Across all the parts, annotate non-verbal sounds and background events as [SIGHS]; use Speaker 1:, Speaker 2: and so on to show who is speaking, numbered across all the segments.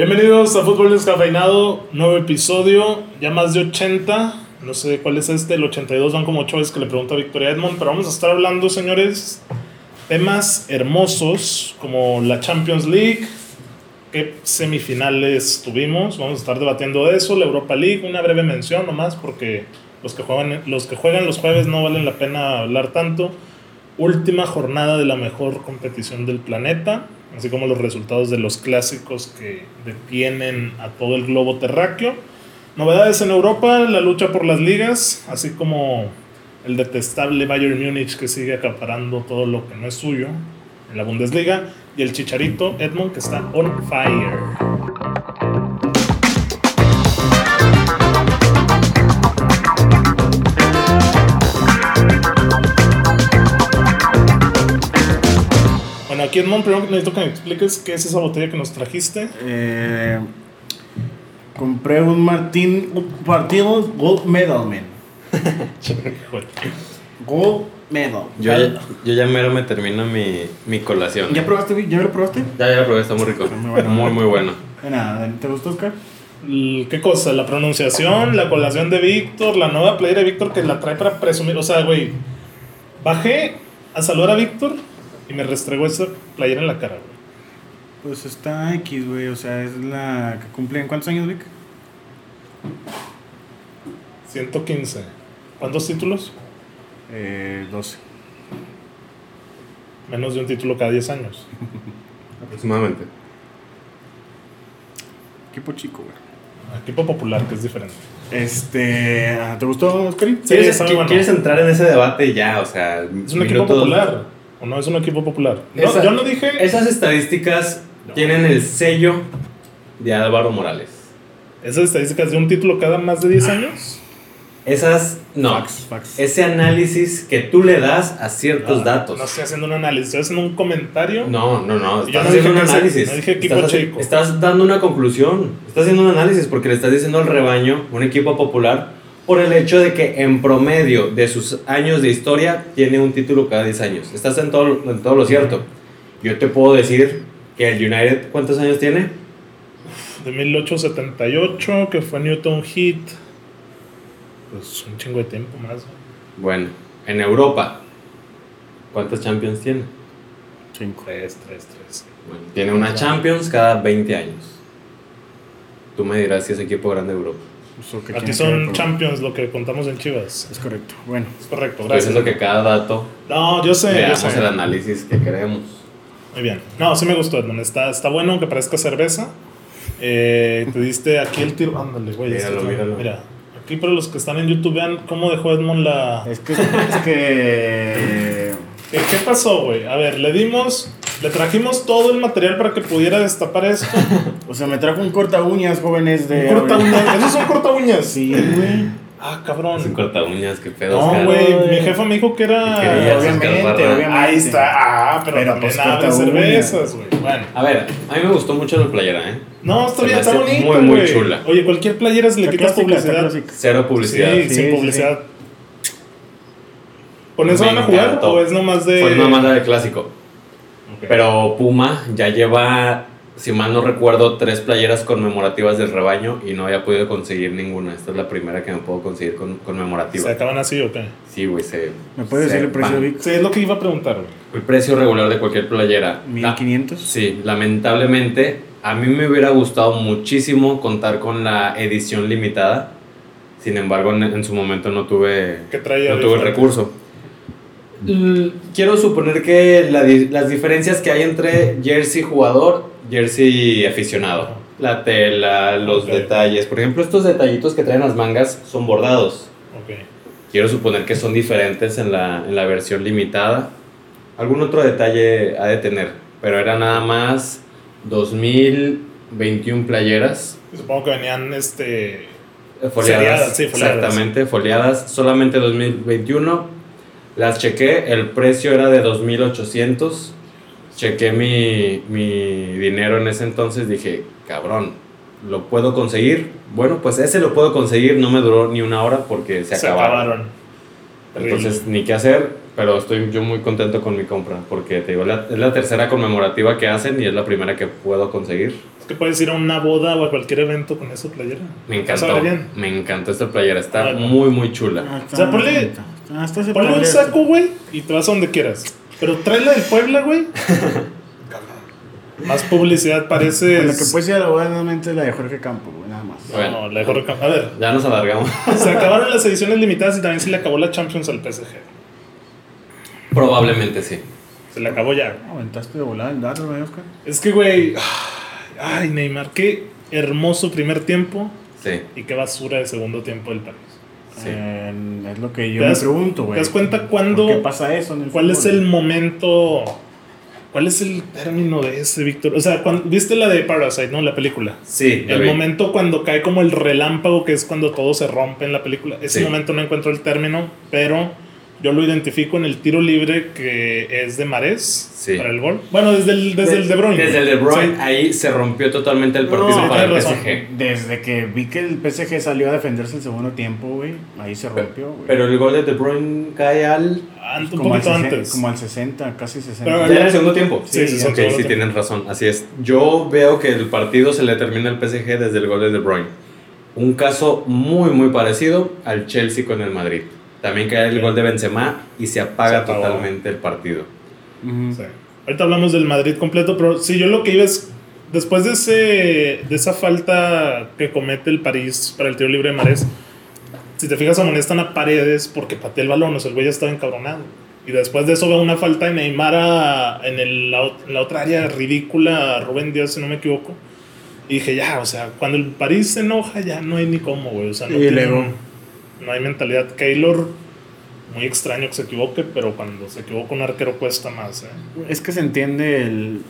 Speaker 1: Bienvenidos a Fútbol Descafeinado, nuevo episodio, ya más de 80. No sé cuál es este, el 82 van como 8 veces que le pregunta a Victoria Edmond, pero vamos a estar hablando, señores, temas hermosos como la Champions League, qué semifinales tuvimos, vamos a estar debatiendo eso, la Europa League, una breve mención nomás porque los que juegan los, que juegan los jueves no valen la pena hablar tanto. Última jornada de la mejor competición del planeta, así como los resultados de los clásicos que detienen a todo el globo terráqueo. Novedades en Europa, la lucha por las ligas, así como el detestable Bayern Múnich que sigue acaparando todo lo que no es suyo en la Bundesliga, y el chicharito Edmond que está on fire. Bueno, aquí Edmond, primero necesito que me expliques qué es esa botella que nos trajiste.
Speaker 2: Eh, compré un Martín un partido Gold Medal, man.
Speaker 1: Joder.
Speaker 2: Gold Medal.
Speaker 3: Yo, ya- yo ya mero me termino mi, mi colación.
Speaker 2: ¿Ya probaste, Vic? ¿Ya lo probaste?
Speaker 3: Ya, ya lo probé, está muy rico.
Speaker 2: Muy bueno.
Speaker 3: Muy, muy bueno.
Speaker 2: De nada, ¿te gustó, Oscar?
Speaker 1: L- ¿Qué cosa? La pronunciación, la colación de Víctor, la nueva playera de Víctor que la trae para presumir. O sea, güey, bajé a saludar a Víctor y me restregó esa playera en la cara, güey.
Speaker 2: Pues está X, güey. O sea, es la que cumple. ¿En cuántos años, Vic?
Speaker 1: 115. ¿Cuántos títulos?
Speaker 2: Eh, 12.
Speaker 1: Menos de un título cada 10 años.
Speaker 3: Aproximadamente.
Speaker 2: Equipo chico, güey.
Speaker 1: Equipo popular, que es diferente.
Speaker 2: Este. ¿Te gustó, Oscar?
Speaker 1: Sí,
Speaker 3: ¿Quieres,
Speaker 1: está muy
Speaker 3: qui-
Speaker 1: bueno.
Speaker 3: quieres entrar en ese debate ya? O sea,
Speaker 1: Es un equipo popular. ¿O no es un equipo popular? No, yo no dije...
Speaker 3: Esas estadísticas tienen el sello de Álvaro Morales.
Speaker 1: Esas estadísticas de un título cada más de 10 años.
Speaker 3: Esas, no.
Speaker 2: Fax, fax.
Speaker 3: Ese análisis que tú le das a ciertos
Speaker 1: No,
Speaker 3: datos.
Speaker 1: Ah, No estoy haciendo un análisis, estoy haciendo un comentario.
Speaker 3: No, no, no.
Speaker 1: Yo
Speaker 3: Estás
Speaker 1: no dije
Speaker 3: haciendo un
Speaker 1: que se-
Speaker 3: análisis.
Speaker 1: no dije equipo
Speaker 3: estás, haci-
Speaker 1: chico.
Speaker 3: estás dando una conclusión. Estás haciendo un análisis porque le estás diciendo al rebaño, un equipo popular, por el hecho de que en promedio de sus años de historia tiene un título cada 10 años. Estás en todo, en todo lo cierto. Yo te puedo decir que el United, ¿cuántos años tiene?
Speaker 1: De 1878, que fue Newton Heat. Pues un chingo de tiempo más. güey.
Speaker 3: Bueno, en Europa, ¿cuántos Champions tiene?
Speaker 2: Cinco.
Speaker 1: Tres, tres, tres.
Speaker 3: Bueno, tiene una Champions cada 20 años. Tú me dirás si es equipo grande de Europa.
Speaker 2: Eso que
Speaker 1: A ti
Speaker 2: tiene que ver
Speaker 1: son
Speaker 2: con-
Speaker 1: champions lo que contamos en Chivas.
Speaker 2: Es correcto. Bueno,
Speaker 1: Es correcto,
Speaker 2: Pues
Speaker 3: Estoy
Speaker 1: gracias.
Speaker 3: diciendo que cada dato
Speaker 1: No, yo sé,
Speaker 3: le
Speaker 1: yo
Speaker 3: damos
Speaker 1: sé.
Speaker 3: el análisis que queremos.
Speaker 1: Muy bien. No, sí me gustó, Edmond. Está, está bueno, aunque parezca cerveza. Eh, te diste aquí el tiro. Ándale, güey. ya
Speaker 3: Míralo,
Speaker 1: está.
Speaker 3: míralo.
Speaker 1: Mira, aquí para los que están en YouTube, vean cómo dejó Edmond la,
Speaker 2: es que. Es que.
Speaker 1: ¿Qué, qué pasó, güey? A ver, le dimos, le trajimos todo el material para que pudiera destapar esto.
Speaker 2: [LAUGHS] O sea, me trajo un corta uñas, jóvenes de.
Speaker 1: corta uñas, esos son corta uñas.
Speaker 2: Sí, güey.
Speaker 1: Ah,
Speaker 3: Es un
Speaker 1: cabrón.
Speaker 3: corta uñas, qué pedo.
Speaker 1: No,
Speaker 3: Oscar.
Speaker 1: güey, mi jefa me dijo que
Speaker 3: Que
Speaker 1: era.
Speaker 3: querías.
Speaker 2: Obviamente,
Speaker 3: Oscar Parra.
Speaker 2: obviamente.
Speaker 1: Ahí está, ah, pero,
Speaker 2: Pero,
Speaker 1: también
Speaker 2: pues,
Speaker 1: abre
Speaker 2: corta
Speaker 1: cervezas, güey. Bueno,
Speaker 3: A ver, a mí me gustó mucho la playera, ¿eh?
Speaker 1: no, está
Speaker 3: Se me
Speaker 1: bien, está
Speaker 3: hace
Speaker 1: bonito,
Speaker 3: muy,
Speaker 1: güey.
Speaker 3: muy chula.
Speaker 1: Oye, cualquier playera se le
Speaker 2: Está
Speaker 1: quitas
Speaker 2: clásica, está
Speaker 1: publicidad.
Speaker 2: clásica.
Speaker 3: Cero publicidad.
Speaker 1: Sí,
Speaker 2: Sí,
Speaker 1: sin
Speaker 2: sí,
Speaker 1: publicidad. ¿Con eso
Speaker 3: Me
Speaker 1: van a jugar
Speaker 3: encantó.
Speaker 1: o es nomás de.?
Speaker 3: Fue una mala de clásico.
Speaker 1: Ok.
Speaker 3: Pero Puma ya lleva, si mal no recuerdo, tres playeras conmemorativas del rebaño y no había podido conseguir ninguna. Esta es la primera que me puedo conseguir con,
Speaker 1: ¿Se
Speaker 3: conmemorativa.
Speaker 1: acaban así o qué?
Speaker 3: Sí, güey, se.
Speaker 2: ¿Me puedes
Speaker 3: se
Speaker 2: decir el precio,
Speaker 3: van.
Speaker 2: Vic?
Speaker 1: Sí, es lo que iba a preguntar, güey.
Speaker 3: El precio regular de cualquier playera. Ah, La-
Speaker 2: 1500.
Speaker 3: Sí, lamentablemente a mí me hubiera gustado muchísimo contar con la edición limitada. Sin embargo, en, en su momento no tuve,
Speaker 1: ¿Qué traía?
Speaker 3: no tuve el
Speaker 1: diferente?
Speaker 3: recurso. L- Quiero suponer que la di- las diferencias que hay entre jersey jugador, jersey aficionado, la tela, los
Speaker 1: Ok.
Speaker 3: detalles, por ejemplo, estos detallitos que traen las mangas son bordados.
Speaker 1: Ok.
Speaker 3: Quiero suponer que son diferentes en la, en la versión limitada. Algún otro detalle ha de tener, pero era nada más 2021 playeras
Speaker 1: Y Supongo que venían este.
Speaker 3: eh, foliadas.
Speaker 1: Seriadas, sí, foliadas.
Speaker 3: Exactamente, foliadas, solamente 2021. Las chequé, el precio era de 2800. Chequé mi, mi dinero en ese entonces, dije, cabrón, ¿lo puedo conseguir? Bueno, pues ese lo puedo conseguir, no me duró ni una hora porque se,
Speaker 1: Se,
Speaker 3: acabaron.
Speaker 1: acabaron.
Speaker 3: Entonces, ni qué hacer, pero estoy yo muy contento con mi compra, porque te digo, la- es la tercera conmemorativa que hacen y es la primera que puedo conseguir.
Speaker 1: que puedes ir a una boda o a cualquier evento con esa playera.
Speaker 3: Me
Speaker 1: Sabe
Speaker 3: encantó.
Speaker 1: bien.
Speaker 3: Me encantó esta playera. Está
Speaker 1: Ah, no.
Speaker 3: muy, muy chula.
Speaker 1: O sea, ponle-
Speaker 2: Ah, está ese
Speaker 1: Ponle un
Speaker 2: pobre.
Speaker 1: saco, güey, y te vas a donde quieras. Pero tráela del Puebla,
Speaker 3: [LAUGHS]
Speaker 1: güey. Más publicidad parece.
Speaker 2: Con La que puedes ir a la boda nuevamente es la de Jorge Campo, güey, nada más.
Speaker 1: No, no, la dejó recam- A ver,
Speaker 3: Ya nos alargamos. [LAUGHS]
Speaker 1: se acabaron las ediciones limitadas y también se le acabó la Champions al PSG.
Speaker 3: Probablemente sí.
Speaker 1: Se le acabó ya.
Speaker 2: Aventaste de volada el dato, güey, Oscar.
Speaker 1: Es que, güey. Ay, Neymar, qué hermoso primer tiempo
Speaker 3: Sí.
Speaker 1: y qué basura de segundo tiempo del París.
Speaker 3: Sí.
Speaker 2: Eh, es lo que
Speaker 1: ¿Te
Speaker 2: yo me
Speaker 1: das-
Speaker 2: pregunto, güey.
Speaker 1: ¿Te das cuenta
Speaker 2: ¿Por ¿Qué
Speaker 1: cuándo
Speaker 2: pasa eso? en
Speaker 1: ¿Cuál es
Speaker 2: fútbol?
Speaker 1: el momento? ¿Cuál es el término de ese, Víctor? O sea, cuan- ¿viste la de Parasite, no? La película.
Speaker 3: Sí. la
Speaker 1: El
Speaker 3: vi.
Speaker 1: momento cuando cae como el relámpago, que es cuando todo se rompe en la película. Ese
Speaker 3: Sí.
Speaker 1: momento no encuentro el término, pero yo lo identifico en el tiro libre que es de Marés
Speaker 3: Sí.
Speaker 1: para el gol. Bueno, desde el, desde el De Bruyne.
Speaker 3: Desde el De Bruyne,
Speaker 1: Sí.
Speaker 3: ahí se rompió totalmente el partido
Speaker 1: sí,
Speaker 3: para el
Speaker 1: tienes razón.
Speaker 3: PSG.
Speaker 2: Desde que vi que el PSG salió a defenderse el segundo tiempo, güey, ahí se rompió, güey.
Speaker 3: Pero el gol de De Bruyne cae al.
Speaker 1: Ant- un
Speaker 2: como al,
Speaker 1: poquito
Speaker 2: sesen-
Speaker 1: antes.
Speaker 2: como al 60, casi 60.
Speaker 1: Pero-
Speaker 3: ¿Ya en el segundo tiempo?
Speaker 1: Sí,
Speaker 2: sí,
Speaker 3: sí.
Speaker 2: sí,
Speaker 3: Ok,
Speaker 1: sí,
Speaker 3: sí,
Speaker 1: sí.
Speaker 3: tienen razón. Así es. Yo veo que el partido se le termina al PSG desde el gol de De Bruyne. Un caso muy, muy parecido al Chelsea con el Madrid. También cae el gol de Benzema y se apaga
Speaker 1: Se acabó.
Speaker 3: totalmente el partido.
Speaker 2: Ujú.
Speaker 1: Sí. Ahorita hablamos del Madrid completo, pero sí, yo lo que iba es. Después de, ese, de esa falta que comete el París para el tiro libre de Marés, si te fijas, amonestan a Paredes porque patea el balón, o sea, el güey ya estaba encabronado. Y después de eso ve una falta de Neymar a- en, el- la, ot- en la otra área ridícula, a Rubén Díaz, si no me equivoco. Y dije, ya, o sea, cuando el París se enoja, ya no hay ni cómo, güey. O sea, no,
Speaker 2: Y
Speaker 1: tienen-
Speaker 2: luego.
Speaker 1: no hay mentalidad. Keylor, muy extraño que se equivoque, pero cuando se equivoca un arquero cuesta más, ¿eh?
Speaker 2: Es que se entiende el,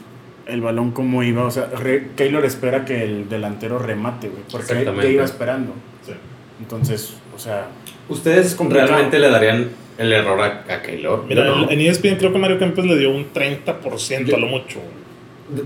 Speaker 2: el balón como iba. O sea, re- Keylor espera que el delantero remate, güey. Porque él
Speaker 3: Exactamente.
Speaker 2: ya iba esperando.
Speaker 1: Sí.
Speaker 2: Entonces, o sea,
Speaker 3: ¿Ustedes
Speaker 2: complicado.
Speaker 3: realmente le darían el error a, a Keylor?
Speaker 1: Mira,
Speaker 3: Yo no.
Speaker 1: el- en E ESPN creo que Mario Kempes le dio un 30% a lo mucho.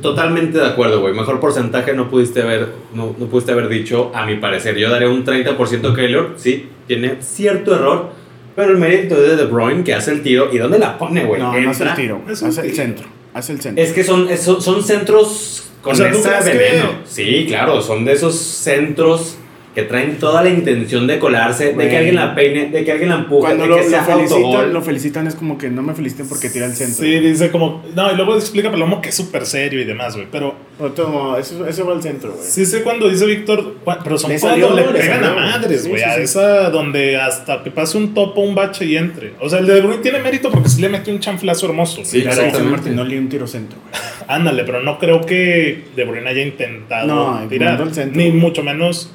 Speaker 3: Totalmente de acuerdo, güey. Mejor porcentaje no pudiste haber, no, no pudiste haber dicho, a mi parecer. Yo daría un 30% Keylor. Sí, tiene cierto error. Pero el mérito de De Bruyne que hace el tiro. ¿Y dónde la pone, güey?
Speaker 2: no, no hace el
Speaker 3: Pues Entra.
Speaker 2: tiro, güey.
Speaker 1: es un
Speaker 2: Hace el
Speaker 1: tiro.
Speaker 2: centro. Hace el centro.
Speaker 3: Es que son, es- son, son centros con
Speaker 1: O sea, ¿tú
Speaker 3: esa
Speaker 1: crees que-
Speaker 3: veneno. Sí, claro, son de esos centros que traen toda la intención de colarse, de
Speaker 2: Güey.
Speaker 3: que alguien la peine, de que alguien la empuje,
Speaker 2: Cuando
Speaker 3: de
Speaker 2: lo,
Speaker 3: que
Speaker 2: lo
Speaker 3: sea autogol.
Speaker 2: felicitan, lo felicitan, es como que no me feliciten porque tira el centro.
Speaker 1: Sí, dice como. No, y luego explica Palomo que es súper serio y demás, güey. Pero
Speaker 2: O tomo, eso, eso va al centro, güey.
Speaker 1: sí sé cuando dice Víctor. cua- Pero son
Speaker 2: Le
Speaker 1: cuando
Speaker 2: salió,
Speaker 1: le
Speaker 2: le
Speaker 1: pegan a
Speaker 2: salió.
Speaker 1: madres,
Speaker 2: Sí,
Speaker 1: güey.
Speaker 2: sí,
Speaker 1: a
Speaker 2: sí.
Speaker 1: esa donde hasta que pase un topo, un bache y entre. O sea, el de Bruyne tiene mérito porque sí le metió un chanflazo hermoso. güey,
Speaker 3: Sí,
Speaker 1: pero-
Speaker 3: exacto.
Speaker 2: San
Speaker 3: exactamente.
Speaker 2: Martinoli un tiro centro, güey.
Speaker 1: Ándale, pero no creo que De Bruyne haya intentado
Speaker 2: No,
Speaker 1: tirar.
Speaker 2: mandó el centro.
Speaker 1: Ni mucho menos.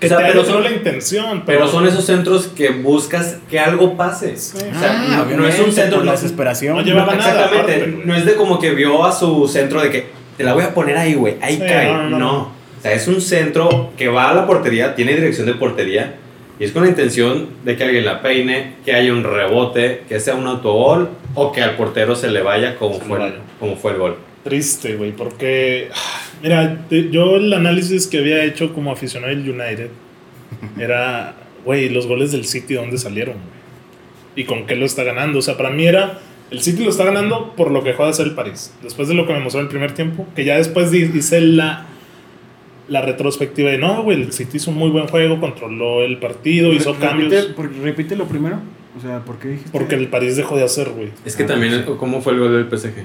Speaker 1: Que
Speaker 3: O sea,
Speaker 1: te
Speaker 3: pero
Speaker 1: pero solo
Speaker 3: son-
Speaker 1: la intención.
Speaker 3: Pero son esos centros que buscas que algo pase. O sea, no- no, es un
Speaker 2: Ah, Por
Speaker 3: centro. no-
Speaker 2: la desesperación.
Speaker 1: no llevaba nada.
Speaker 3: Exactamente.
Speaker 1: aparte, güey.
Speaker 3: no es de como que vio a su centro de que te la voy a poner ahí, güey. Ahí
Speaker 1: Sí,
Speaker 3: cae.
Speaker 1: no,
Speaker 3: No,
Speaker 1: no, no.
Speaker 3: O sea, es un centro que va a la portería, tiene dirección de portería. Y es con la intención de que alguien la peine, que haya un rebote, que sea un autogol o que al portero se le vaya como,
Speaker 1: Se le
Speaker 3: fue, el-
Speaker 1: vaya.
Speaker 3: como fue el gol.
Speaker 1: Triste, güey, porque. [SIGHS] Mira, te- yo el análisis que había hecho como aficionado del United era, güey, los goles del City, ¿dónde salieron? güey? ¿Y con qué lo está ganando? O sea, para mí era. El City lo está ganando por lo que dejó de hacer el París. Después de lo que me mostró en el primer tiempo, que ya después di- hice la. La retrospectiva de no, güey, el City hizo un muy buen juego, controló el partido, hizo cambios.
Speaker 2: Repite lo primero. O sea, ¿por qué dijiste?
Speaker 1: Porque el París dejó de hacer, güey.
Speaker 3: Es que
Speaker 2: Ah,
Speaker 3: también, ¿cómo fue el gol del PSG?